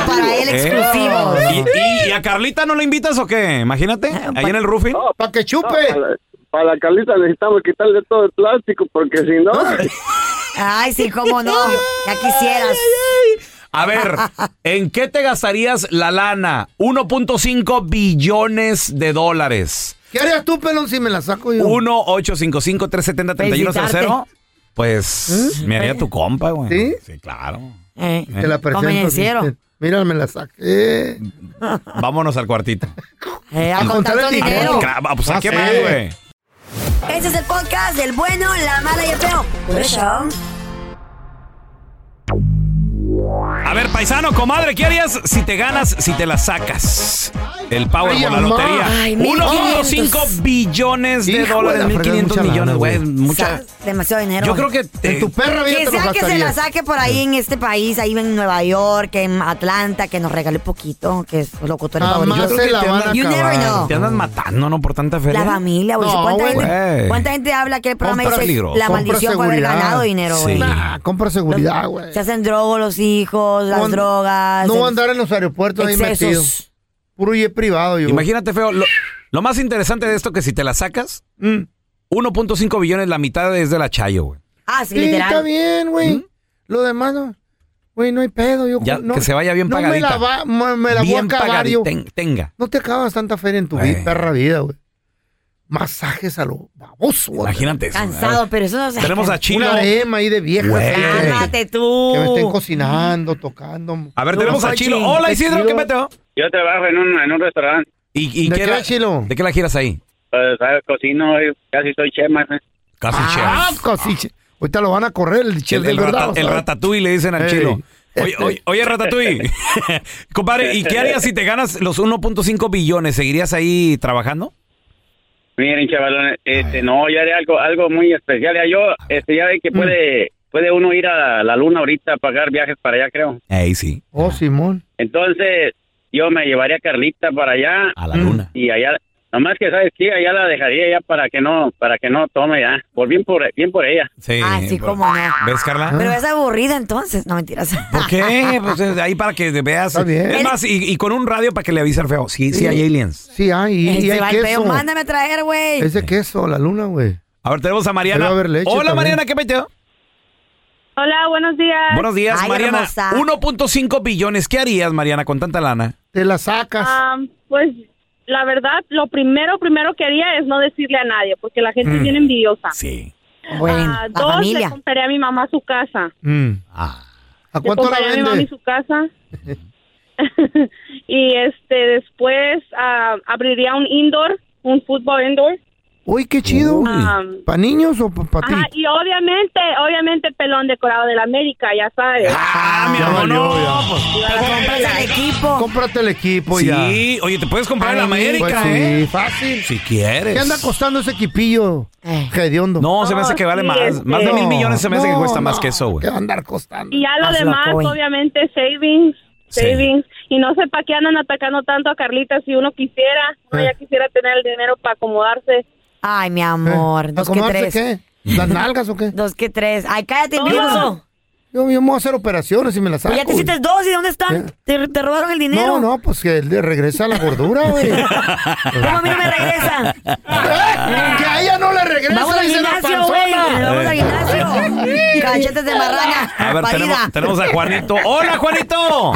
[SPEAKER 3] Para él
[SPEAKER 1] ¿Eh?
[SPEAKER 3] exclusivo.
[SPEAKER 1] ¿Y, y- y a Carlita no la invitas o qué? Imagínate,
[SPEAKER 2] Ah,
[SPEAKER 1] ahí en el roofing.
[SPEAKER 7] No,
[SPEAKER 2] Para que
[SPEAKER 7] no,
[SPEAKER 2] chupe.
[SPEAKER 7] para, para la Carlita necesitamos quitarle todo el plástico porque si no,
[SPEAKER 3] Ay, sí, cómo no. Ya quisieras.
[SPEAKER 1] A ver, ¿en qué te gastarías la lana? 1.5 billones de dólares.
[SPEAKER 2] ¿Qué harías tú, pelón, si me la saco yo?
[SPEAKER 1] 1-855-370-3100. Pues
[SPEAKER 3] ¿Mm?
[SPEAKER 1] me haría tu compa, güey.
[SPEAKER 2] ¿Sí?
[SPEAKER 1] claro.
[SPEAKER 3] Eh,
[SPEAKER 2] Te la presento.
[SPEAKER 3] Convenenciero.
[SPEAKER 2] ¿viste? Mira, me la saqué.
[SPEAKER 1] Vámonos al cuartito.
[SPEAKER 3] eh, a
[SPEAKER 2] A
[SPEAKER 3] con
[SPEAKER 2] contar
[SPEAKER 3] tanto
[SPEAKER 2] el dinero.
[SPEAKER 3] dinero.
[SPEAKER 1] Claro, pues, ¿a
[SPEAKER 2] Ah,
[SPEAKER 1] qué
[SPEAKER 2] sí.
[SPEAKER 1] más, güey?
[SPEAKER 3] Ese es el podcast del bueno, la mala y el feo. Por eso.
[SPEAKER 1] A ver, paisano, comadre, ¿qué harías si te ganas, si te la sacas? El Powerball,
[SPEAKER 2] Ay,
[SPEAKER 1] la
[SPEAKER 2] mamá.
[SPEAKER 1] lotería.
[SPEAKER 3] Ay,
[SPEAKER 1] 1.5 billones de
[SPEAKER 2] Hijo de
[SPEAKER 1] dólares,
[SPEAKER 2] la fregada,
[SPEAKER 1] 1.500
[SPEAKER 2] mucha lana,
[SPEAKER 1] millones, güey.
[SPEAKER 2] güey.
[SPEAKER 1] Mucha.
[SPEAKER 3] Sa- Demasiado dinero.
[SPEAKER 1] Yo creo que te-
[SPEAKER 2] En tu perra vida
[SPEAKER 3] Que
[SPEAKER 2] te lo
[SPEAKER 3] sea que se la
[SPEAKER 2] gastarías.
[SPEAKER 3] saque por ahí en este país, ahí en Nueva York, en Atlanta, que nos regale poquito, que es los locutores
[SPEAKER 2] Jamás
[SPEAKER 3] favoritos.
[SPEAKER 2] se la
[SPEAKER 1] te
[SPEAKER 2] van a
[SPEAKER 3] You never know.
[SPEAKER 2] acabar.
[SPEAKER 1] te andas matando, ¿no? Por tanta feria.
[SPEAKER 3] La familia, güey.
[SPEAKER 2] No,
[SPEAKER 3] ¿Cuánta,
[SPEAKER 2] güey.
[SPEAKER 3] gente,
[SPEAKER 1] Güey.
[SPEAKER 3] ¿Cuánta gente habla que el programa
[SPEAKER 1] Compra
[SPEAKER 3] dice
[SPEAKER 1] peligro.
[SPEAKER 3] la
[SPEAKER 2] Compra
[SPEAKER 3] maldición por haber
[SPEAKER 2] seguridad.
[SPEAKER 3] ganado dinero, güey?
[SPEAKER 1] Sí.
[SPEAKER 2] Nah, compra seguridad, güey.
[SPEAKER 3] Se hacen drogos los hijos, las
[SPEAKER 2] No,
[SPEAKER 3] drogas.
[SPEAKER 2] No
[SPEAKER 3] el-
[SPEAKER 2] voy a andar en los aeropuertos ahí metido.
[SPEAKER 3] excesos.
[SPEAKER 2] Puro jet privado, yo.
[SPEAKER 1] Imagínate, feo. Lo, lo más interesante de esto que si te la sacas,
[SPEAKER 2] Mm.
[SPEAKER 1] 1.5 billones, la mitad es de la Chayo, güey.
[SPEAKER 3] Ah, sí,
[SPEAKER 2] Sí, está
[SPEAKER 3] literal.
[SPEAKER 2] bien, güey. Lo demás no. Güey, no hay pedo. Yo,
[SPEAKER 1] Ya,
[SPEAKER 2] no,
[SPEAKER 1] que se vaya bien
[SPEAKER 2] no
[SPEAKER 1] pagadita.
[SPEAKER 2] me la, va, me, me la voy a
[SPEAKER 1] bien
[SPEAKER 2] acabar
[SPEAKER 1] pagadita,
[SPEAKER 2] yo.
[SPEAKER 1] ten- tenga.
[SPEAKER 2] No te acabas tanta feria en tu
[SPEAKER 1] Güey.
[SPEAKER 2] vida, perra vida, güey. Masajes a lo baboso, güey.
[SPEAKER 1] Imagínate eso. A
[SPEAKER 3] Cansado,
[SPEAKER 1] ver,
[SPEAKER 3] pero eso no se.
[SPEAKER 1] Tenemos a Chino.
[SPEAKER 2] Una arema ahí de viejas.
[SPEAKER 3] Eh,
[SPEAKER 1] Güey.
[SPEAKER 2] ahí, güey.
[SPEAKER 3] Cálmate tú.
[SPEAKER 2] Que me estén cocinando, tocando.
[SPEAKER 1] A ver,
[SPEAKER 3] No,
[SPEAKER 1] tenemos a
[SPEAKER 3] Joaquín.
[SPEAKER 1] Chilo. Hola, Isidro, ¿qué
[SPEAKER 2] Isidro.
[SPEAKER 1] meteo?
[SPEAKER 4] Yo trabajo en un, en un restaurante,
[SPEAKER 1] ¿Y, y
[SPEAKER 2] ¿De qué,
[SPEAKER 1] la-
[SPEAKER 2] Chilo?
[SPEAKER 1] ¿De qué la giras ahí?
[SPEAKER 4] pues, ¿sabes? cocino, y casi soy chema. ¿eh?
[SPEAKER 1] Casi
[SPEAKER 2] Ah, cosiche. Ahorita lo van a correr el
[SPEAKER 1] El,
[SPEAKER 2] chile,
[SPEAKER 1] el,
[SPEAKER 2] de verdad,
[SPEAKER 1] rata-
[SPEAKER 2] vas a
[SPEAKER 1] el
[SPEAKER 2] ver.
[SPEAKER 1] ratatouille le dicen al
[SPEAKER 2] Ey. Este.
[SPEAKER 1] chilo. Oye, oye, oye, ratatouille. Compadre, ¿y qué harías si te ganas los 1.5 billones? ¿Seguirías ahí trabajando?
[SPEAKER 4] Miren, chavalones, este, no, yo haré algo, algo muy especial. Ya yo, este, ya ve que puede, puede uno ir a la luna ahorita a pagar viajes para allá, creo.
[SPEAKER 1] Ahí sí,
[SPEAKER 2] Oh, Simón.
[SPEAKER 4] Entonces, yo me llevaría a Carlita para allá
[SPEAKER 1] a la luna.
[SPEAKER 4] y allá,
[SPEAKER 11] Nomás que sabes que ya la dejaría ya para que no, para que no tome ya. Por bien por bien por ella.
[SPEAKER 1] Sí.
[SPEAKER 3] Así
[SPEAKER 1] por-
[SPEAKER 3] como no.
[SPEAKER 1] ¿Ves, Carla?
[SPEAKER 2] Ah.
[SPEAKER 3] Pero es aburrida entonces. No, mentiras.
[SPEAKER 1] ¿Por qué? Pues es ahí para que veas. Es más, y, y con un radio para que le avise al feo. Sí, sí,
[SPEAKER 2] Sí.
[SPEAKER 1] hay aliens.
[SPEAKER 2] Sí, hay, y, y
[SPEAKER 3] Ese
[SPEAKER 2] hay
[SPEAKER 3] Este, va el feo,
[SPEAKER 2] queso.
[SPEAKER 3] Mándame a traer, güey.
[SPEAKER 2] Ese queso, la luna, güey.
[SPEAKER 1] A ver, tenemos a Mariana.
[SPEAKER 2] Debe haber leche
[SPEAKER 1] Hola,
[SPEAKER 2] también.
[SPEAKER 1] Mariana, ¿qué metió?
[SPEAKER 12] Hola, buenos días.
[SPEAKER 1] Buenos días, Mariana.
[SPEAKER 12] hermosa.
[SPEAKER 1] 1.5 billones. ¿Qué harías, Mariana, con tanta lana?
[SPEAKER 2] Te la sacas.
[SPEAKER 3] Ah.
[SPEAKER 12] Am, pues la verdad, lo primero, primero que haría es no decirle a nadie, porque la gente
[SPEAKER 1] Mm.
[SPEAKER 12] es bien envidiosa.
[SPEAKER 1] Sí.
[SPEAKER 12] Ah, dos, le compraré a mi mamá su casa.
[SPEAKER 1] Mm.
[SPEAKER 2] Ah. ¿A
[SPEAKER 12] Le
[SPEAKER 3] pues,
[SPEAKER 2] cuánto la
[SPEAKER 12] compraré a mi mami
[SPEAKER 2] vende?
[SPEAKER 12] su casa. y este después ah, abriría un indoor, un fútbol indoor.
[SPEAKER 2] Uy, qué chido.
[SPEAKER 3] Ah.
[SPEAKER 12] Am,
[SPEAKER 2] ¿Para niños o para ti?
[SPEAKER 12] ajá, y obviamente, obviamente pelón decorado de la América, ya sabes.
[SPEAKER 2] Ah,
[SPEAKER 1] Ah, mi amor, no. pues,
[SPEAKER 3] Cómprate el equipo.
[SPEAKER 2] Cómprate el equipo ya.
[SPEAKER 1] Sí, oye, te puedes comprar en América,
[SPEAKER 2] Pues sí,
[SPEAKER 1] ¿eh?
[SPEAKER 2] fácil.
[SPEAKER 1] Si quieres.
[SPEAKER 2] ¿Qué anda costando ese equipillo?
[SPEAKER 3] Eh.
[SPEAKER 2] Hediondo.
[SPEAKER 1] No, se me hace que vale más. Más de mil millones se me hace que cuesta más que eso, güey.
[SPEAKER 2] ¿Qué va a andar costando?
[SPEAKER 12] Y ya lo
[SPEAKER 1] Hazlo,
[SPEAKER 12] demás,
[SPEAKER 1] Coin.
[SPEAKER 12] obviamente, savings, savings. Y no sé para qué andan atacando tanto a Carlita si uno quisiera, uno ya quisiera tener el dinero para acomodarse.
[SPEAKER 3] Ay, mi
[SPEAKER 2] ¿Eh?
[SPEAKER 3] amor. Dos que
[SPEAKER 2] ¿Acomodarse
[SPEAKER 3] tres.
[SPEAKER 2] qué? ¿Las nalgas o qué?
[SPEAKER 3] Dos que tres. Ay, cállate,
[SPEAKER 2] Todo.
[SPEAKER 3] envidioso.
[SPEAKER 2] Yo, yo me voy a hacer operaciones y me las saco.
[SPEAKER 3] Pues ya te
[SPEAKER 2] güey.
[SPEAKER 3] hiciste dos. ¿Y dónde están? ¿Te, te robaron el dinero?
[SPEAKER 2] No, no, pues que le regresa la gordura, güey. ¿Eh?
[SPEAKER 3] ¿Cómo a mí no me regresa?
[SPEAKER 2] que a ella no le regresa,
[SPEAKER 3] Vamos al
[SPEAKER 2] dice la
[SPEAKER 3] gimnasio, güey.
[SPEAKER 2] panzona. Eh.
[SPEAKER 3] Vamos al gimnasio. Cachetes de marrana.
[SPEAKER 1] A ver,
[SPEAKER 3] parida.
[SPEAKER 1] tenemos, tenemos a Juanito. ¡Hola, Juanito!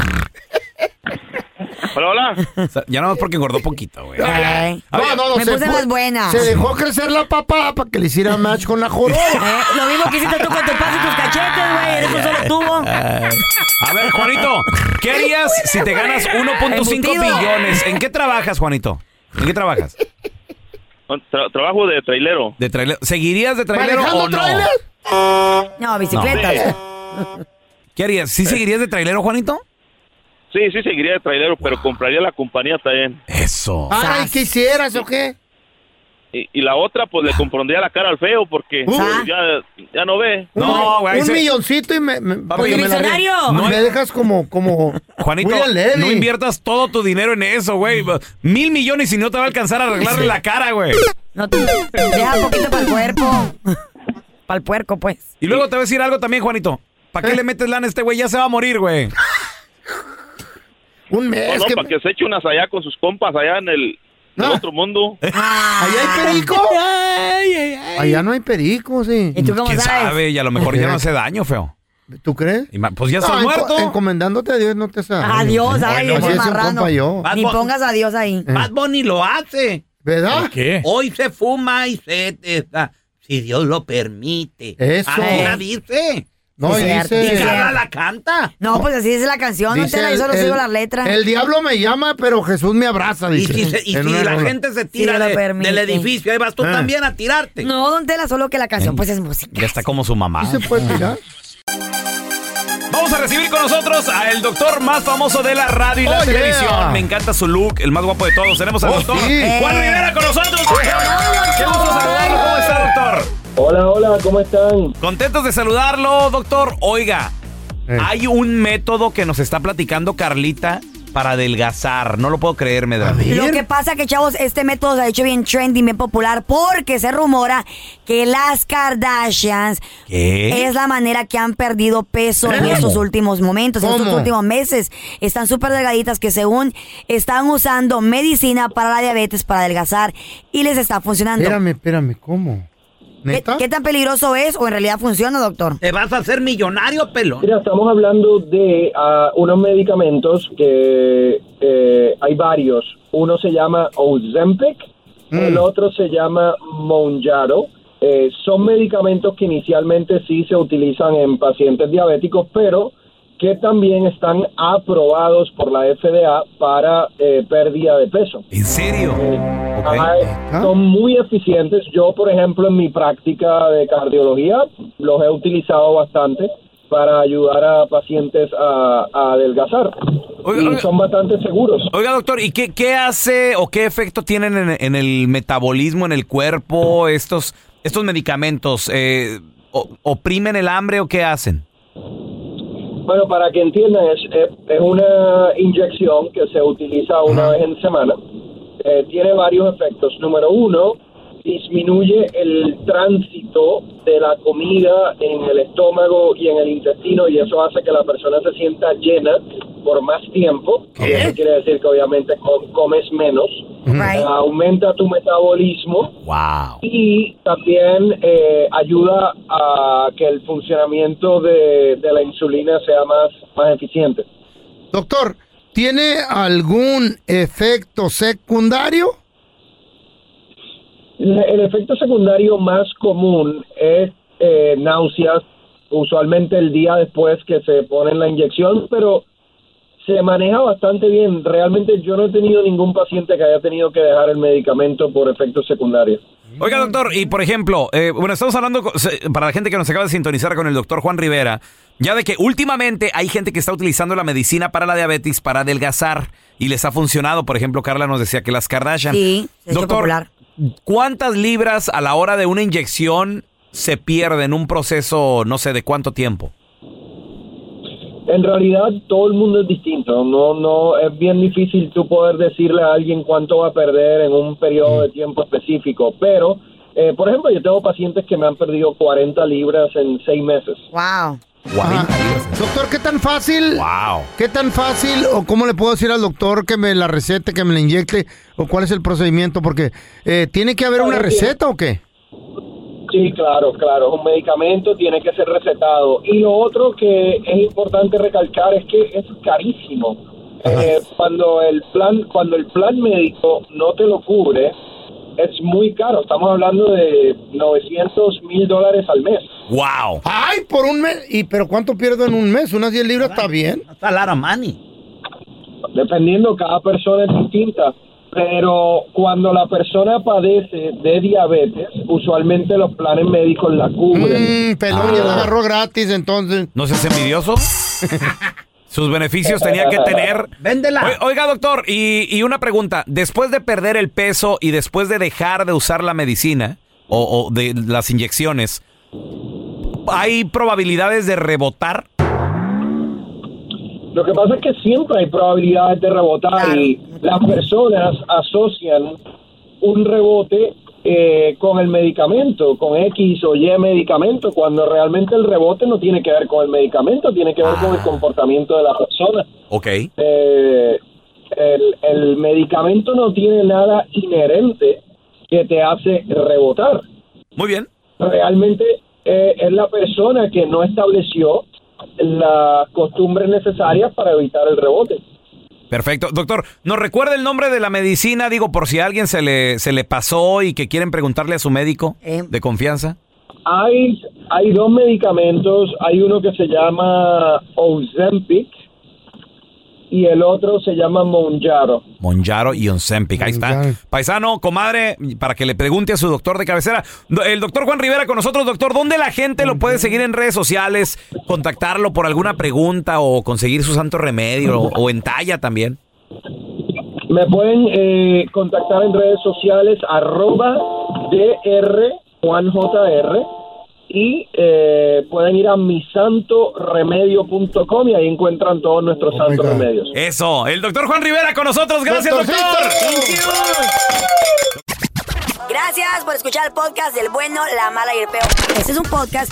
[SPEAKER 11] Hola, hola.
[SPEAKER 1] Ya nomás porque engordó poquito, güey.
[SPEAKER 3] Ay.
[SPEAKER 1] A ver,
[SPEAKER 2] No, no, no,
[SPEAKER 3] Me
[SPEAKER 2] se
[SPEAKER 3] puse
[SPEAKER 2] fue-
[SPEAKER 3] más buena.
[SPEAKER 2] Se dejó crecer la papá para que le hiciera match con la joroba.
[SPEAKER 3] Eh, Lo mismo que hiciste tú con tu paso y tus cachetes, güey. Eres un solo tubo.
[SPEAKER 1] A ver, Juanito, ¿qué harías si te ganas 1.5
[SPEAKER 3] Embutido.
[SPEAKER 1] billones? ¿En qué trabajas, Juanito? ¿En qué trabajas?
[SPEAKER 11] Tra- trabajo de trailero.
[SPEAKER 1] ¿De trailer? ¿Seguirías de trailero
[SPEAKER 11] ¿Manejando
[SPEAKER 1] o no?
[SPEAKER 11] trailer?
[SPEAKER 3] No, bicicletas.
[SPEAKER 1] ¿Qué harías? ¿Sí seguirías de trailero, Juanito?
[SPEAKER 11] Sí, sí seguiría de trailero, pero compraría la compañía también.
[SPEAKER 1] Eso.
[SPEAKER 13] Ah,
[SPEAKER 2] Ay, ¿qué hicieras o qué?
[SPEAKER 11] Y, y la otra, pues le compondría la cara al feo porque
[SPEAKER 3] Ah,
[SPEAKER 11] pues, ya, ya no ve.
[SPEAKER 1] No, güey, ahí
[SPEAKER 2] Un
[SPEAKER 1] se-
[SPEAKER 2] milloncito y me... me porque me la-
[SPEAKER 3] millonario.
[SPEAKER 1] No
[SPEAKER 2] me
[SPEAKER 1] hay-
[SPEAKER 2] dejas como... como
[SPEAKER 1] Juanito,
[SPEAKER 2] William Levy.
[SPEAKER 1] no inviertas todo tu dinero en eso, güey. Mil millones y no te va a alcanzar a arreglarle la cara, güey.
[SPEAKER 3] No tú. Deja un poquito para el cuerpo. Para el puerco, pues.
[SPEAKER 1] Y luego te voy a decir algo también, Juanito. ¿Para
[SPEAKER 2] ¿Eh?
[SPEAKER 1] qué le metes lana a este güey? Ya se va a morir, güey.
[SPEAKER 2] Un
[SPEAKER 11] No, no, para que se eche unas allá con sus compas allá en el, en el otro mundo.
[SPEAKER 2] ¿Allá hay perico? Allá no hay perico, sí.
[SPEAKER 3] ¿Y tú cómo
[SPEAKER 1] ¿Quién sabe? Y a lo mejor ya no hace daño, feo.
[SPEAKER 2] ¿Tú crees?
[SPEAKER 1] Y ma- pues ya está
[SPEAKER 2] No, enco-
[SPEAKER 1] muerto.
[SPEAKER 2] Encomendándote a Dios no te hace daño.
[SPEAKER 3] Adiós, ay,
[SPEAKER 2] Así
[SPEAKER 3] ese
[SPEAKER 2] decía un
[SPEAKER 3] marrano.
[SPEAKER 2] compa yo. Eh.
[SPEAKER 3] Ni pongas a Dios ahí.
[SPEAKER 13] Bad Bunny lo hace.
[SPEAKER 2] ¿Verdad?
[SPEAKER 13] qué? Hoy se fuma y se... está, si Dios lo permite.
[SPEAKER 2] Eso.
[SPEAKER 13] Ahora dice.
[SPEAKER 2] No,
[SPEAKER 13] y
[SPEAKER 2] y dice-
[SPEAKER 13] Carla la canta.
[SPEAKER 3] No, pues así es la canción. No
[SPEAKER 2] Dice
[SPEAKER 3] te la, yo
[SPEAKER 2] el-
[SPEAKER 3] solo
[SPEAKER 2] el-
[SPEAKER 3] sigo las letras.
[SPEAKER 2] El diablo me llama, pero Jesús me abraza,
[SPEAKER 13] Y
[SPEAKER 2] dice.
[SPEAKER 13] si, se- y
[SPEAKER 2] En
[SPEAKER 13] si
[SPEAKER 2] una
[SPEAKER 13] la
[SPEAKER 2] rola.
[SPEAKER 13] gente se
[SPEAKER 3] Sí,
[SPEAKER 13] tira
[SPEAKER 3] lo
[SPEAKER 13] de-
[SPEAKER 3] permite.
[SPEAKER 13] del edificio, ahí vas tú
[SPEAKER 1] Ah.
[SPEAKER 13] también a tirarte.
[SPEAKER 3] No, don Tela, solo que la
[SPEAKER 2] Eh,
[SPEAKER 3] canción pues es música.
[SPEAKER 1] Ya está como su mamá.
[SPEAKER 2] ¿Se puede
[SPEAKER 13] Ah.
[SPEAKER 2] tirar?
[SPEAKER 1] Vamos a recibir con nosotros al doctor más famoso de la radio y la
[SPEAKER 2] Oh, yeah.
[SPEAKER 1] televisión. Me encanta su look, el más guapo de todos. Tenemos al
[SPEAKER 2] Oh,
[SPEAKER 1] doctor
[SPEAKER 2] sí.
[SPEAKER 1] Juan
[SPEAKER 2] Eh.
[SPEAKER 1] Rivera con nosotros. ¡Qué gusto saludarlo! ¿Cómo está, doctor?
[SPEAKER 14] Hola, hola, ¿cómo están?
[SPEAKER 1] Contentos de saludarlo, doctor. Oiga,
[SPEAKER 2] Eh.
[SPEAKER 1] hay un método que nos está platicando Carlita para adelgazar. No lo puedo creer, me da.
[SPEAKER 3] Lo que pasa que, chavos, este método se ha hecho bien trendy, bien popular, porque se rumora que las Kardashians
[SPEAKER 1] ¿Qué?
[SPEAKER 3] es la manera que han perdido peso en
[SPEAKER 1] ¿Cómo?
[SPEAKER 3] estos últimos momentos, en estos
[SPEAKER 1] ¿Cómo?
[SPEAKER 3] últimos meses. Están súper delgaditas que según están usando medicina para la diabetes, para adelgazar, y les está funcionando.
[SPEAKER 2] Espérame, espérame, ¿cómo?
[SPEAKER 3] ¿Qué, qué tan peligroso es o en realidad funciona, doctor?
[SPEAKER 13] Te vas a hacer millonario, pelón.
[SPEAKER 14] Mira, estamos hablando de ah, unos medicamentos que eh, hay varios. Uno se llama Ozempic, el otro se llama Monjaro. Eh, son medicamentos que inicialmente sí se utilizan en pacientes diabéticos, pero que también están aprobados por la FDA para eh, pérdida de peso.
[SPEAKER 1] ¿En serio?
[SPEAKER 14] Ajá, Son muy eficientes. Yo, por ejemplo, en mi práctica de cardiología, los he utilizado bastante para ayudar a pacientes a, a adelgazar.
[SPEAKER 1] Oiga,
[SPEAKER 14] y
[SPEAKER 1] oiga.
[SPEAKER 14] son bastante seguros.
[SPEAKER 1] Oiga, doctor, ¿y qué, qué hace o qué efecto tienen en, en el metabolismo, en el cuerpo, estos, estos medicamentos? Eh, o- ¿Oprimen el hambre o qué hacen?
[SPEAKER 14] Bueno, para que entiendan, es, es- es una inyección que se utiliza una vez en semana. eh, tiene varios efectos. Número uno, disminuye el tránsito de la comida en el estómago y en el intestino y eso hace que la persona se sienta llena por más tiempo. Y Eso quiere decir que obviamente co- comes menos. Aumenta tu metabolismo. Y también eh, ayuda a que el funcionamiento de, de la insulina sea más, más eficiente.
[SPEAKER 2] Doctor, ¿tiene algún efecto secundario?
[SPEAKER 14] Le- El efecto secundario más común es eh, náuseas, usualmente el día después que se ponen la inyección, pero se maneja bastante bien. Realmente yo no he tenido ningún paciente que haya tenido que dejar el medicamento por efectos secundarios.
[SPEAKER 1] Oiga, doctor, y por ejemplo, eh, bueno, estamos hablando co- se- para la gente que nos acaba de sintonizar con el doctor Juan Rivera, ya de que últimamente hay gente que está utilizando la medicina para la diabetes para adelgazar y les ha funcionado. Por ejemplo, Carla nos decía que las Kardashian.
[SPEAKER 3] Sí, se hizo
[SPEAKER 1] doctor,
[SPEAKER 3] popular.
[SPEAKER 1] ¿cuántas libras a la hora de una inyección se pierden en un proceso, no sé, de cuánto tiempo?
[SPEAKER 14] En realidad todo el mundo es distinto, no no es bien difícil tú poder decirle a alguien cuánto va a perder en un periodo de tiempo específico, pero eh, por ejemplo yo tengo pacientes que me han perdido 40 libras en seis meses.
[SPEAKER 3] Wow.
[SPEAKER 2] Doctor, ¿qué tan fácil?
[SPEAKER 1] Wow.
[SPEAKER 2] ¿Qué tan fácil o cómo le puedo decir al doctor que me la recete, que me la inyecte o cuál es el procedimiento? Porque eh, tiene que haber una receta o qué?
[SPEAKER 14] Sí, claro, claro. Es un medicamento, tiene que ser recetado. Y lo otro que es importante recalcar es que es carísimo. Eh, cuando el plan, cuando el plan médico no te lo cubre, es muy caro. Estamos hablando de 900 mil dólares al mes.
[SPEAKER 1] Wow.
[SPEAKER 2] Ay, por un mes. ¿Y pero cuánto pierdo en un mes? Unas 10 libras está bien.
[SPEAKER 13] Ah,
[SPEAKER 14] Está Lara Dependiendo, cada persona es distinta. Pero cuando la persona padece de diabetes, usualmente los planes médicos la cubren.
[SPEAKER 2] pelón, Mm,
[SPEAKER 13] Ah.
[SPEAKER 2] ya la agarró gratis, entonces.
[SPEAKER 1] ¿No seas envidioso? Sus beneficios tenía que tener.
[SPEAKER 13] Véndela.
[SPEAKER 1] Oi- Oiga, doctor, y, y una pregunta. Después de perder el peso y después de dejar de usar la medicina o, o de las inyecciones, ¿hay probabilidades de rebotar?
[SPEAKER 14] Lo que pasa es que siempre hay probabilidades de rebotar y las personas asocian un rebote eh, con el medicamento, con X o Y medicamento, cuando realmente el rebote no tiene que ver con el medicamento, tiene que ver con el comportamiento de la persona.
[SPEAKER 1] Ok.
[SPEAKER 14] Eh, el, el medicamento no tiene nada inherente que te hace rebotar.
[SPEAKER 1] Muy bien.
[SPEAKER 14] Realmente eh, es la persona que no estableció las costumbres necesarias para evitar el rebote.
[SPEAKER 1] Perfecto. Doctor, ¿nos recuerda el nombre de la medicina? Digo, por si a alguien se le, se le pasó y que quieren preguntarle a su médico de confianza.
[SPEAKER 14] Hay, hay dos medicamentos, hay uno que se llama Ozempic y el otro se llama Monjaro.
[SPEAKER 1] Monjaro y Onsempic. Ahí está. Paisano, comadre, para que le pregunte a su doctor de cabecera. Do- El doctor Juan Rivera con nosotros, doctor. ¿Dónde la gente lo puede seguir en redes sociales? Contactarlo por alguna pregunta o conseguir su santo remedio o, o en talla también.
[SPEAKER 14] Me pueden eh, contactar en redes sociales arroba DR JR y eh, pueden ir a misantoremedio.com y ahí encuentran todos nuestros santos remedios.
[SPEAKER 1] Eso. El doctor Juan Rivera con nosotros. Gracias, doctor.
[SPEAKER 3] Gracias por escuchar el podcast del bueno, la mala y el peor. Este es un podcast